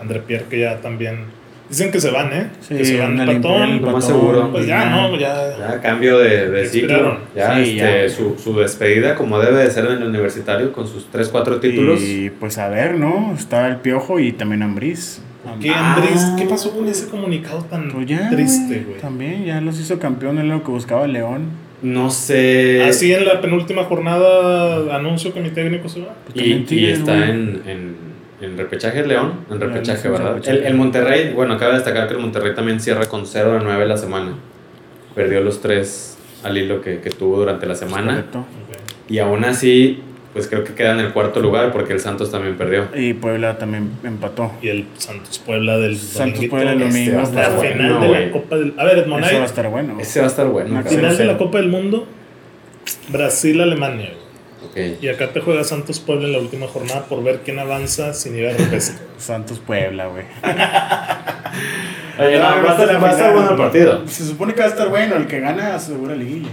Speaker 1: André Pierre, que ya también. Dicen que se van, ¿eh?
Speaker 2: Sí,
Speaker 1: que se van
Speaker 2: una
Speaker 1: patón.
Speaker 2: limpieza,
Speaker 3: lo más
Speaker 2: patón,
Speaker 3: seguro.
Speaker 1: Pues ya, no, ya.
Speaker 3: Ya, cambio de, de
Speaker 1: Expiraron.
Speaker 3: ciclo. Ya,
Speaker 2: Sí,
Speaker 3: este,
Speaker 2: ya.
Speaker 3: Su, su despedida como debe de ser en el universitario con sus 3-4 títulos.
Speaker 2: Y pues a ver, ¿no? Está el Piojo y también Ambriz.
Speaker 1: ¿Qué,
Speaker 3: Ah.
Speaker 1: Andrés? ¿Qué pasó con ese comunicado tan
Speaker 2: Pues ya,
Speaker 1: triste, güey?
Speaker 2: También ya los hizo campeón, era lo que buscaba León.
Speaker 3: No sé.
Speaker 1: Así Ah, en la penúltima jornada anuncio que mi técnico se va.
Speaker 2: Pues
Speaker 3: Y,
Speaker 2: también
Speaker 3: y
Speaker 2: Tigres,
Speaker 3: está
Speaker 2: güey.
Speaker 3: en, en, en repechaje León, en
Speaker 2: León,
Speaker 3: repechaje,
Speaker 2: en
Speaker 3: ¿verdad?
Speaker 2: repechaje.
Speaker 3: El, el Monterrey, bueno, cabe destacar que el Monterrey también cierra con 0 de 9 la semana. Perdió los tres al hilo que, que tuvo durante la semana.
Speaker 2: Pues Correcto.
Speaker 3: Y aún así, pues creo que queda en el cuarto lugar porque el Santos también perdió.
Speaker 2: Y Puebla también empató.
Speaker 1: Y el Santos Puebla del
Speaker 2: Santos
Speaker 1: dominguito.
Speaker 2: Puebla el
Speaker 3: este
Speaker 2: domingo.
Speaker 3: va a
Speaker 1: La
Speaker 3: estar
Speaker 2: pues,
Speaker 1: final
Speaker 3: bueno,
Speaker 1: de
Speaker 3: güey.
Speaker 1: la Copa del... A ver, Edmonay,
Speaker 2: Eso va a estar bueno. güey.
Speaker 3: Ese va a estar bueno.
Speaker 2: Una
Speaker 3: cabrón.
Speaker 1: final de la
Speaker 2: cero.
Speaker 1: Copa del Mundo, Brasil-Alemania. güey.
Speaker 3: Ok.
Speaker 1: Y acá te juega Santos Puebla en la última jornada por ver quién avanza sin ir a repesca.
Speaker 2: Santos Puebla, güey.
Speaker 3: Oye, no, va Ah, a estar- va a estar bueno el partido.
Speaker 2: Se supone que va a estar bueno. El que gana asegura liguilla.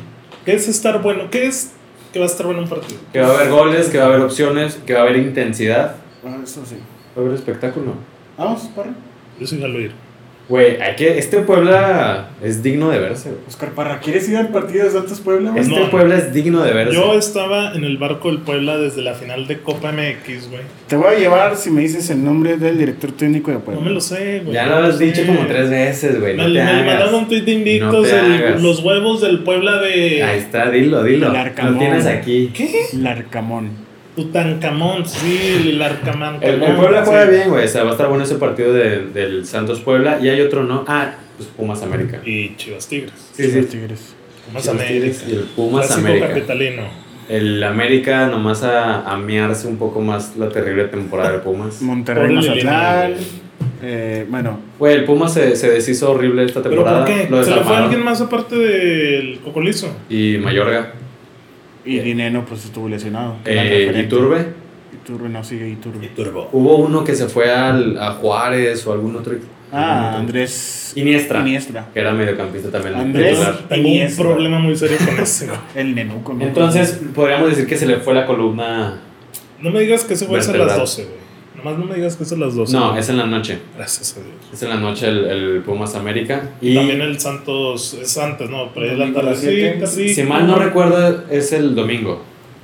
Speaker 1: ¿Qué es estar bueno? ¿Qué es que va a estar bueno un partido?
Speaker 3: Que va a haber goles, que va a haber opciones, que va a haber intensidad.
Speaker 2: Ah, Eso sí.
Speaker 3: Va a haber espectáculo.
Speaker 2: Vamos, Parra.
Speaker 1: Yo soy Galoir.
Speaker 3: Güey, hay que, este Puebla es digno de verse. güey.
Speaker 2: Oscar Parra, ¿quieres ir al partido de Santos Puebla? güey?
Speaker 3: Este
Speaker 1: No.
Speaker 3: Puebla es digno de verse.
Speaker 1: Yo estaba en el barco del Puebla desde la final de Copa MX, güey.
Speaker 2: Te voy a llevar si me dices el nombre del director técnico de
Speaker 1: No
Speaker 2: Puebla.
Speaker 1: me lo sé, güey.
Speaker 3: Ya
Speaker 1: No
Speaker 3: lo
Speaker 1: lo
Speaker 3: has
Speaker 1: sé.
Speaker 3: dicho como tres veces, güey.
Speaker 1: Me,
Speaker 3: No te
Speaker 1: me mandaron
Speaker 3: hagas.
Speaker 1: un tweet de invictos
Speaker 3: No te
Speaker 1: el-
Speaker 3: hagas.
Speaker 1: los huevos del Puebla de...
Speaker 3: Ahí está, dilo, dilo.
Speaker 2: El Arcamón.
Speaker 3: Lo tienes aquí.
Speaker 1: ¿Qué?
Speaker 2: Larcamón.
Speaker 1: Tutankamón, sí, el Arcamán.
Speaker 3: El, el Puebla juega bien, güey. O sea, va a estar bueno ese partido de- del Santos Puebla. Y hay otro, ¿no? Ah, pues Pumas América.
Speaker 1: Y Chivas Tigres.
Speaker 3: Sí,
Speaker 2: Los
Speaker 3: sí.
Speaker 2: Tigres.
Speaker 1: Pumas
Speaker 3: Chivas Tigres
Speaker 1: América.
Speaker 3: Y el Pumas
Speaker 1: Clásico
Speaker 3: América.
Speaker 1: capitalino.
Speaker 3: El América nomás a, a mearse un poco más la terrible temporada
Speaker 1: [LAUGHS]
Speaker 3: de Pumas.
Speaker 2: Monterrey,
Speaker 1: Puebla y
Speaker 2: Mazatlán.
Speaker 1: Lima,
Speaker 2: Eh, bueno,
Speaker 3: Güey, el Pumas se, se deshizo horrible esta
Speaker 1: ¿Pero por
Speaker 3: temporada.
Speaker 1: qué?
Speaker 3: Lo
Speaker 1: ¿Se le fue
Speaker 3: desarmaron.
Speaker 1: alguien más aparte del Cocolizo?
Speaker 3: Y Mayorga.
Speaker 2: y Dineno pues estuvo lesionado. Gran
Speaker 3: Eh,
Speaker 2: referente.
Speaker 3: Iturbe.
Speaker 2: Iturbe no sigue Iturbe.
Speaker 1: Turbo.
Speaker 3: Hubo uno que se fue al, a Juárez o algún otro. algún
Speaker 2: Ah,
Speaker 3: otro.
Speaker 2: Andrés
Speaker 3: Iniestra.
Speaker 2: Iniestra.
Speaker 3: Que era mediocampista también.
Speaker 2: Andrés.
Speaker 3: titular.
Speaker 1: Tengo un
Speaker 2: Iniesta.
Speaker 1: problema muy serio con ese, güey.
Speaker 2: El Nenuco. ¿no?
Speaker 3: Entonces, podríamos decir que se le fue la columna.
Speaker 1: No me digas que ese güey es a las
Speaker 3: Vertebral.
Speaker 1: 12, güey. Nomás no me digas que es a las 12.
Speaker 3: No, es en la noche.
Speaker 1: Gracias a Dios.
Speaker 3: Es en la noche el, el Pumas América. Y
Speaker 1: También el Santos es antes, ¿no? Pero es la
Speaker 2: Domingo a las
Speaker 1: tardecita,
Speaker 2: siete.
Speaker 1: sí.
Speaker 3: si mal no recuerdo, es el domingo.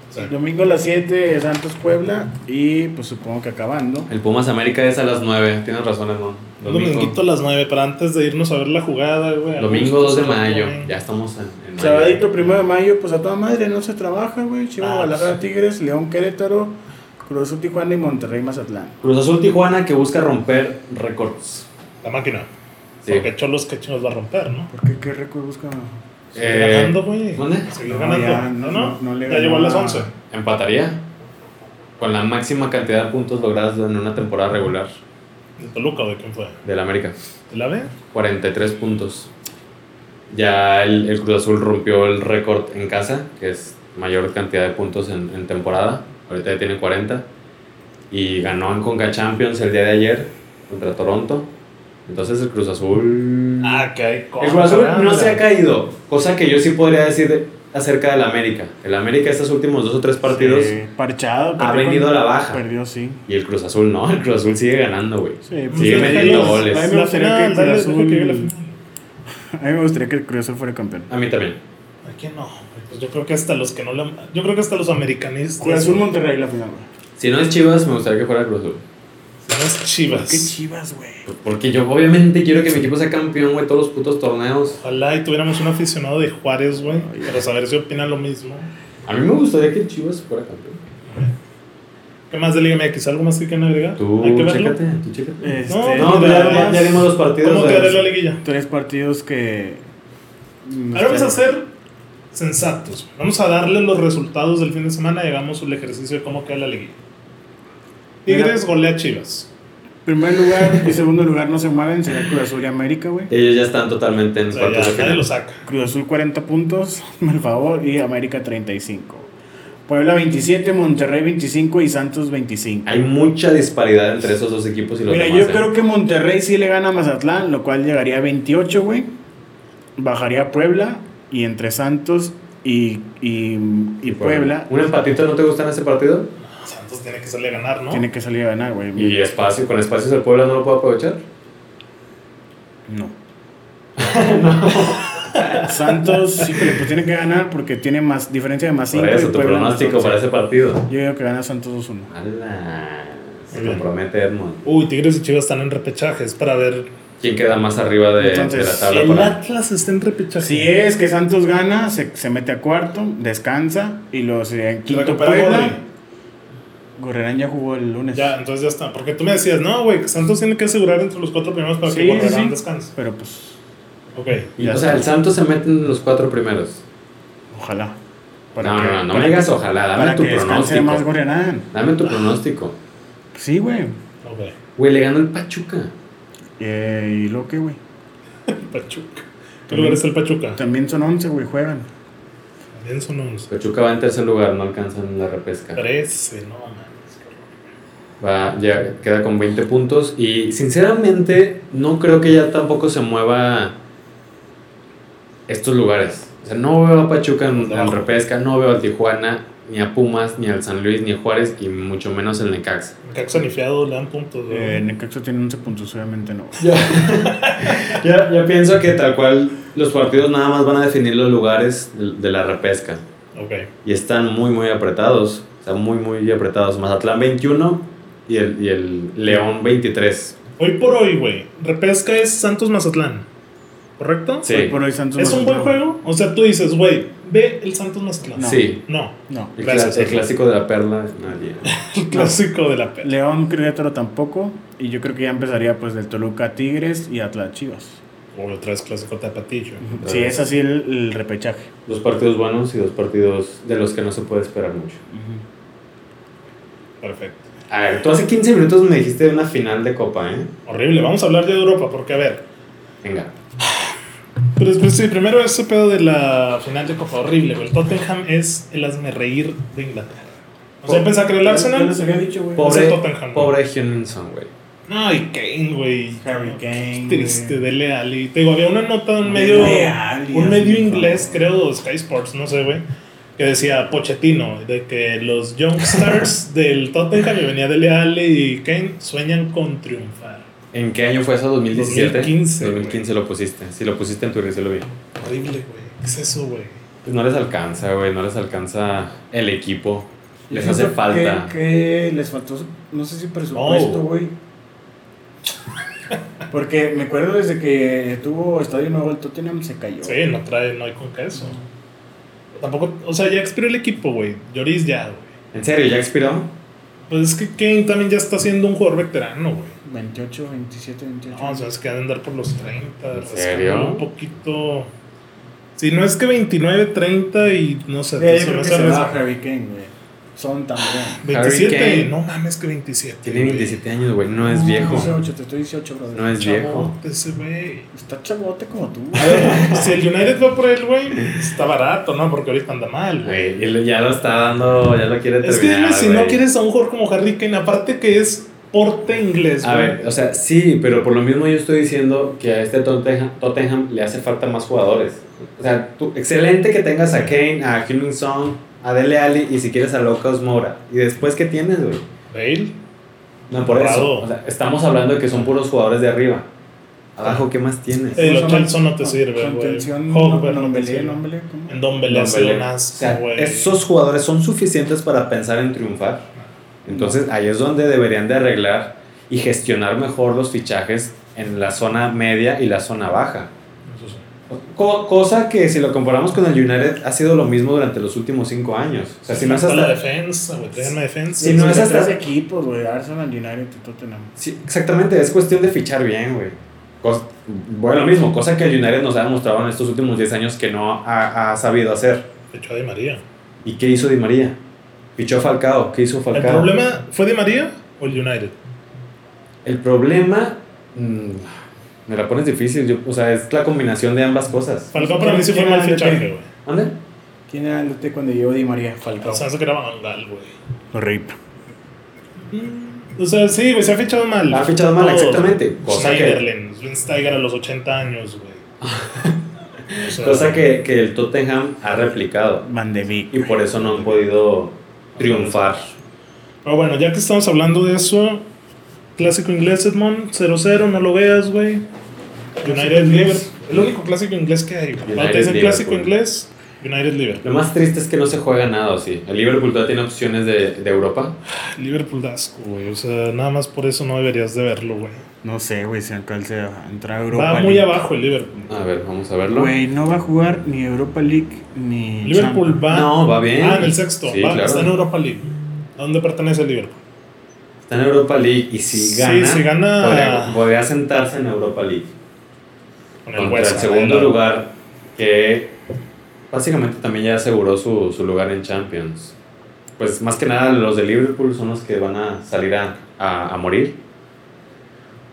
Speaker 1: Sí.
Speaker 2: Domingo a las 7, Santos Puebla. Y pues supongo que acabando.
Speaker 3: El Pumas América es a las 9. Tienes razón, Edmond.
Speaker 1: Dominguito a
Speaker 3: Domingo,
Speaker 1: las 9, pero antes de irnos a ver la jugada, güey. a gusto,
Speaker 3: domingo 2 de
Speaker 1: se la
Speaker 3: mayo.
Speaker 1: ponen.
Speaker 3: Ya estamos en, en mayo.
Speaker 2: Sabadito primero de mayo, pues a toda madre, no se trabaja, güey. Chivo,
Speaker 1: Ah,
Speaker 2: Guadalajara, Tigres, León, Querétaro, Cruz Azul, Tijuana y Monterrey, Mazatlán.
Speaker 3: Cruz Azul Tijuana que busca romper récords.
Speaker 1: La máquina.
Speaker 3: Sí.
Speaker 1: Porque Cholos que chinos va a romper, ¿no?
Speaker 2: ¿Por qué? ¿Qué récord busca?
Speaker 1: Sigue
Speaker 3: Eh,
Speaker 1: ganando, güey.
Speaker 3: ¿Dónde?
Speaker 1: Sigue
Speaker 2: No,
Speaker 1: ganando.
Speaker 2: ya,
Speaker 1: no,
Speaker 2: no,
Speaker 1: no.
Speaker 2: no, no le
Speaker 1: ya
Speaker 2: ganó
Speaker 1: llegó a las
Speaker 2: a-
Speaker 1: 11.
Speaker 3: Empataría con la máxima cantidad de puntos logrados en una temporada regular
Speaker 1: ¿De Toluca o de quién fue?
Speaker 3: del América.
Speaker 1: ¿De la B?
Speaker 2: Mm.
Speaker 3: 43 puntos. Ya el, el Cruz Azul rompió el récord en casa, que es mayor cantidad de puntos en, en temporada. Ahorita ya tiene 40. Y ganó en Conca Champions el día de ayer contra Toronto. Entonces el Cruz Azul...
Speaker 1: Ah, que hay
Speaker 3: el Cruz Azul no se ha
Speaker 1: acá
Speaker 3: caído. Cosa que yo sí podría decir de- acerca del América. El América estos últimos dos o tres partidos
Speaker 2: Sí, parchado.
Speaker 3: ha
Speaker 2: perdió
Speaker 3: venido a la baja.
Speaker 2: Perdió, sí.
Speaker 3: y el Cruz Azul no. El Cruz Azul sigue ganando, güey.
Speaker 2: Sí, pues,
Speaker 3: Sigue
Speaker 2: sí,
Speaker 3: metiendo
Speaker 2: sí,
Speaker 3: goles.
Speaker 2: A mí me
Speaker 1: La
Speaker 2: gustaría
Speaker 1: final,
Speaker 2: que el
Speaker 1: dale,
Speaker 2: Cruz
Speaker 1: deja que llegue la
Speaker 2: Azul.
Speaker 1: final.
Speaker 2: A mí me gustaría que el Cruz Azul fuera campeón.
Speaker 3: A mí también.
Speaker 1: ¿A quién no? Pues yo creo que hasta los que no le. Yo creo que hasta los americanistas.
Speaker 2: Cruz Azul,
Speaker 1: güey.
Speaker 2: Monterrey, la final, güey.
Speaker 3: Si no es Chivas, me gustaría que fuera Cruz Azul.
Speaker 1: Si no es Chivas.
Speaker 2: Qué chivas, güey.
Speaker 3: Porque yo obviamente quiero que mi equipo sea campeón, güey, todos los putos torneos.
Speaker 1: Ojalá y tuviéramos un aficionado de Juárez, güey.
Speaker 2: Ay,
Speaker 1: Para saber si opina lo mismo.
Speaker 3: A mí me gustaría que Chivas fuera campeón.
Speaker 1: ¿Qué más de Liga MX? ¿Algo más que quieran agregar?
Speaker 3: Tú,
Speaker 1: Hay que verlo.
Speaker 3: chécate, tú chécate.
Speaker 2: Este,
Speaker 3: No,
Speaker 1: pues,
Speaker 3: ya-
Speaker 1: nada
Speaker 3: ya-
Speaker 1: más.
Speaker 3: ya vimos los partidos
Speaker 1: ¿Cómo
Speaker 3: de-
Speaker 1: quedará la liguilla?
Speaker 2: tres partidos que. mm,
Speaker 1: Ahora vamos a
Speaker 2: están-
Speaker 1: ser sensatos. güey. Vamos a darle los resultados del fin de semana y hagamos el ejercicio de cómo queda la liguilla. Tigres golea a Chivas.
Speaker 2: Primer lugar y segundo lugar no se mueven, será Cruz Azul y América, güey.
Speaker 3: Ellos ya están totalmente en
Speaker 1: O sea,
Speaker 3: cuartos
Speaker 1: ya
Speaker 3: de
Speaker 1: nadie lo
Speaker 3: final.
Speaker 1: saca.
Speaker 2: Cruz Azul 40 puntos, [LAUGHS] por favor, y América 35. Puebla 27, Monterrey 25 y Santos 25.
Speaker 3: Hay mucha disparidad entre esos dos equipos y los
Speaker 2: Mira,
Speaker 3: demás.
Speaker 2: yo
Speaker 3: ¿eh?
Speaker 2: creo que Monterrey sí le gana a Mazatlán, lo cual llegaría a 28, güey. Bajaría a Puebla y entre Santos y, y, y Puebla
Speaker 3: ¿Un empatito no te gusta en ese partido?
Speaker 1: Santos tiene que salir a ganar, ¿no?
Speaker 2: tiene que salir a ganar, güey.
Speaker 3: Y espacio, con espacios el Puebla no lo puedo aprovechar. [LAUGHS]
Speaker 2: No. Santos sí que le- pues, tiene que ganar porque tiene más diferencia de más 5.
Speaker 3: Por eso, tu pronóstico para ese partido.
Speaker 2: Yo digo que gana Santos 2-1.
Speaker 3: Ala, Se
Speaker 1: Muy bien.
Speaker 3: compromete Edmond.
Speaker 1: Uy, Tigres y Chivas están en repechajes para ver.
Speaker 3: ¿Quién queda más arriba de,
Speaker 2: Entonces,
Speaker 3: de la tabla?
Speaker 1: El
Speaker 3: para-
Speaker 1: Atlas está en repechaje.
Speaker 2: Si es que Santos gana, se, se mete a cuarto, descansa y luego sería en quinto
Speaker 1: Recupera Gorri.
Speaker 2: Puebla. Gorrerán ya jugó el lunes.
Speaker 1: Ya, entonces ya está. Porque tú me decías, no, güey, que Santos tiene que asegurar entre los cuatro primeros para
Speaker 2: Sí,
Speaker 1: que Guadalajara
Speaker 2: sí, sí.
Speaker 1: descanse.
Speaker 2: Pero pues,
Speaker 1: Ok.
Speaker 3: Y,
Speaker 2: Ya
Speaker 3: o sea,
Speaker 2: está.
Speaker 3: el Santos se mete en los cuatro primeros.
Speaker 2: ojalá.
Speaker 3: No, no, no, no me
Speaker 2: para
Speaker 3: digas
Speaker 2: que-
Speaker 3: ojalá, dame
Speaker 2: Para
Speaker 3: tu
Speaker 2: que descanse
Speaker 3: pronóstico.
Speaker 2: más Gorrerán.
Speaker 3: Dame tu pronóstico.
Speaker 2: Sí, güey.
Speaker 1: Ok.
Speaker 3: Güey, le ganó el Pachuca.
Speaker 2: Eh, ¿Y lo que, güey?
Speaker 1: Pachuca. ¿Qué
Speaker 2: También-
Speaker 1: lugar está el Pachuca?
Speaker 2: También son 11, güey, juegan.
Speaker 1: También son unos
Speaker 3: Pachuca va en tercer lugar, no alcanzan la repesca.
Speaker 1: 13, no mames.
Speaker 3: Va, ya queda con 20 puntos. Y sinceramente, no creo que ya tampoco se mueva estos lugares. O sea, no veo a Pachuca en, en repesca, no veo al Tijuana, ni a Pumas, ni al San Luis, ni a Juárez, y mucho menos al Necaxa.
Speaker 1: Caxo anifiado le dan puntos, güey.
Speaker 2: Eh, Necaxa tiene 11 puntos, obviamente no.
Speaker 3: Ya. ya, ya pienso que tal cual los partidos nada más van a definir los lugares de, de la repesca.
Speaker 1: Ok.
Speaker 3: Y están muy, muy apretados. Están muy, muy apretados. Mazatlán 21 y el, y el León 23.
Speaker 1: Hoy por hoy, güey. Repesca es Santos Mazatlán. ¿Correcto?
Speaker 3: Sí.
Speaker 2: Hoy por hoy Santos
Speaker 1: ¿Es un buen
Speaker 2: Mazatlán.
Speaker 1: juego? O sea, tú dices, güey, ve el Santos Mazatlán.
Speaker 2: No.
Speaker 3: Sí.
Speaker 1: No.
Speaker 2: No.
Speaker 3: El,
Speaker 1: Gracias,
Speaker 3: cla- el
Speaker 1: Sergio.
Speaker 3: clásico de la perla. Nadie.
Speaker 1: [LAUGHS] El clásico de la pena.
Speaker 2: León Querétaro tampoco. Y yo creo que ya empezaría pues del Toluca a Tigres y Atlas Chivas.
Speaker 1: O otra vez clásico tapatillo.
Speaker 2: Si es así el, el repechaje.
Speaker 3: Dos partidos buenos y dos partidos de los que no se puede esperar mucho.
Speaker 1: Perfecto.
Speaker 3: A ver, tú hace 15 minutos me dijiste de una final de Copa, ¿eh?
Speaker 1: Horrible. Vamos a hablar de Europa, porque a ver.
Speaker 3: Venga.
Speaker 1: Pero después, sí, primero ese pedo de la final de Copa horrible, güey. El Tottenham es el hazme reír de Inglaterra. O sea, Oh, yo pensaba que era el
Speaker 2: Ya
Speaker 1: Arsenal.
Speaker 2: les había dicho, güey.
Speaker 1: Por-
Speaker 3: Pobre,
Speaker 1: Tottenham.
Speaker 3: pobre Hutchinson, güey.
Speaker 1: No, y Kane, güey.
Speaker 2: Harry Kane,
Speaker 1: Triste,
Speaker 2: güey.
Speaker 1: Dele Alli. Te digo, había una nota de un medio.
Speaker 2: Dele Alli,
Speaker 1: un
Speaker 2: así
Speaker 1: medio
Speaker 2: como-
Speaker 1: inglés, creo, Sky Sports, no sé, güey. que que decía Pochettino, de que los
Speaker 2: [LAUGHS]
Speaker 1: youngsters del Tottenham y venía Dele Alli y Kane sueñan con triunfar.
Speaker 3: ¿En qué año fue eso? ¿2017?
Speaker 1: 2015,
Speaker 3: 2015 lo pusiste. Sí, lo pusiste en Twitter, sí lo vi.
Speaker 1: Horrible, güey. ¿Qué es eso, güey?
Speaker 3: Pues no les alcanza, güey. No les alcanza el equipo. Les hace
Speaker 2: Siento
Speaker 3: falta.
Speaker 2: Que, que les faltó, no sé si presupuesto,
Speaker 1: No.
Speaker 2: güey. Porque me acuerdo desde que tuvo Estadio Nuevo el Tottenham se cayó.
Speaker 1: Sí, no trae, no hay con queso. Tampoco, o sea, ya expiró el equipo, güey. Lloris ya, güey.
Speaker 3: ¿En serio? ¿Ya expiró?
Speaker 1: Pues es que Kane también ya está siendo un jugador veterano, güey.
Speaker 2: 28, 27, 28.
Speaker 1: No, o sea, es que han de andar por los 30.
Speaker 3: ¿En
Speaker 1: rascándole
Speaker 3: serio?
Speaker 1: Un poquito. Si no es que 29, 30 y no sé.
Speaker 2: Eh,
Speaker 1: se
Speaker 2: yo
Speaker 1: me
Speaker 2: creo que
Speaker 1: hace
Speaker 2: se va
Speaker 1: res-
Speaker 2: a Harry Kane, güey. Son también.
Speaker 1: 27,
Speaker 3: Harry Kane.
Speaker 1: no mames que 27.
Speaker 3: Tiene
Speaker 1: güey.
Speaker 3: 27 años, güey. No es viejo.
Speaker 2: 18, te estoy 18, brother.
Speaker 3: No es viejo.
Speaker 1: Chavote ese güey.
Speaker 2: Está chavote como tú.
Speaker 1: A ver, [LAUGHS] si el United va por él, güey, está barato, ¿no? Porque ahorita anda mal, güey.
Speaker 3: Güey, y lo- ya lo está dando, ya lo quiere
Speaker 1: Es que
Speaker 3: terminar,
Speaker 1: dime si
Speaker 3: güey.
Speaker 1: no quieres a un jugador como Harry Kane, aparte que es porte inglés,
Speaker 3: A
Speaker 1: güey.
Speaker 3: ver, o sea, sí, pero por lo mismo yo estoy diciendo que a este Tottenham, Tottenham le hace falta más jugadores. O sea, tú- excelente que tengas a Kane, a Heung-Min Song, a Dele Alli y si quieres a Locos Mora. ¿Y después qué tienes, güey?
Speaker 1: Bale.
Speaker 3: No, por
Speaker 1: Bravo.
Speaker 3: eso. O sea, estamos hablando de que son puros jugadores de arriba. Abajo, ¿qué más tienes?
Speaker 1: Eh, El
Speaker 2: ¿Cómo se llama?
Speaker 1: Hutchinson no te sirve, güey.
Speaker 2: Contención,
Speaker 1: Hogg,
Speaker 2: no-
Speaker 1: güey, no
Speaker 2: no,
Speaker 1: te
Speaker 2: Belé,
Speaker 1: sirve.
Speaker 2: no, Belé, ¿cómo?
Speaker 1: En Don Belé ha
Speaker 3: Don
Speaker 1: sido
Speaker 3: Belé.
Speaker 1: un
Speaker 3: O
Speaker 1: asco,
Speaker 3: sea,
Speaker 1: güey.
Speaker 3: esos jugadores son suficientes para pensar en triunfar. Entonces ahí es donde deberían de arreglar y gestionar mejor los fichajes en la zona media y la zona baja.
Speaker 1: Eso sí.
Speaker 3: Co- cosa que si lo comparamos con el United ha sido lo mismo durante los últimos cinco años. O sea, si no es
Speaker 1: Falta la
Speaker 3: hasta...
Speaker 1: defensa, güey. Tráiganme defensa.
Speaker 3: Sí, no es hasta-
Speaker 2: tres equipos, güey. Arsenal, United y Tottenham.
Speaker 3: Sí, exactamente, es cuestión de fichar bien, güey. Cos- Bueno, lo mismo, cosa que el United nos ha demostrado en estos últimos 10 años que no ha, ha sabido hacer.
Speaker 1: Fichó a Di María.
Speaker 3: ¿Y qué hizo Di María? Fichó a Falcao, ¿qué hizo Falcao?
Speaker 1: ¿El problema fue Di María o el United?
Speaker 3: El problema. mm, me la pones difícil. yo- o sea, es la combinación de ambas cosas.
Speaker 1: Falcao para mí sí fue
Speaker 2: ¿Quién
Speaker 1: mal
Speaker 2: era el
Speaker 1: fichaje,
Speaker 2: DT?
Speaker 1: güey.
Speaker 3: ¿Dónde?
Speaker 2: ¿Quién era el DT cuando llegó Di María? Falcao.
Speaker 1: O sea, eso que era Bangal, güey.
Speaker 2: Rip.
Speaker 1: O sea, sí, güey, se ha fichado mal.
Speaker 3: Ha fichado mal,
Speaker 1: Todo.
Speaker 3: exactamente. Cosa que-
Speaker 1: Schneiderlin, Schweinsteiger a los 80 años,
Speaker 3: [LAUGHS]
Speaker 1: güey. O sea,
Speaker 3: Cosa que, que el Tottenham ha replicado.
Speaker 2: Van de Beek.
Speaker 3: Y por eso no han podido triunfar.
Speaker 1: Pero bueno, ya que estamos hablando de eso, clásico inglés, Edmond, 0-0, no lo veas, güey. United Liverpool. El único clásico inglés que hay. güey. Cuando te dicen
Speaker 3: United-Liverpool.
Speaker 1: clásico inglés, United Liverpool.
Speaker 3: Lo más triste es que no se juega nada, ¿o sí? El Liverpool todavía tiene opciones de, de Europa.
Speaker 1: Ah, Liverpool da asco, güey. O sea, nada más por eso no deberías de verlo, güey.
Speaker 2: No sé, güey, si alcanza a entrar a Europa
Speaker 1: Va muy
Speaker 2: League.
Speaker 1: abajo el Liverpool.
Speaker 3: A ver, vamos a verlo.
Speaker 2: Güey, no va a jugar ni Europa League ni.
Speaker 1: Liverpool va.
Speaker 3: No, va bien.
Speaker 1: Ah, en el sexto.
Speaker 3: Sí,
Speaker 1: va,
Speaker 3: claro.
Speaker 1: Está en Europa League. ¿A dónde pertenece el Liverpool?
Speaker 3: Está en Europa League y si
Speaker 1: Sí,
Speaker 3: gana,
Speaker 1: si gana-
Speaker 3: Podría, podría sentarse en Europa League.
Speaker 1: Con
Speaker 3: Contra el
Speaker 1: Ham,
Speaker 3: segundo
Speaker 1: ¿no?
Speaker 3: lugar, que básicamente también ya aseguró su, su lugar en Champions. Pues más que nada los de Liverpool son los que van a salir a, a- a morir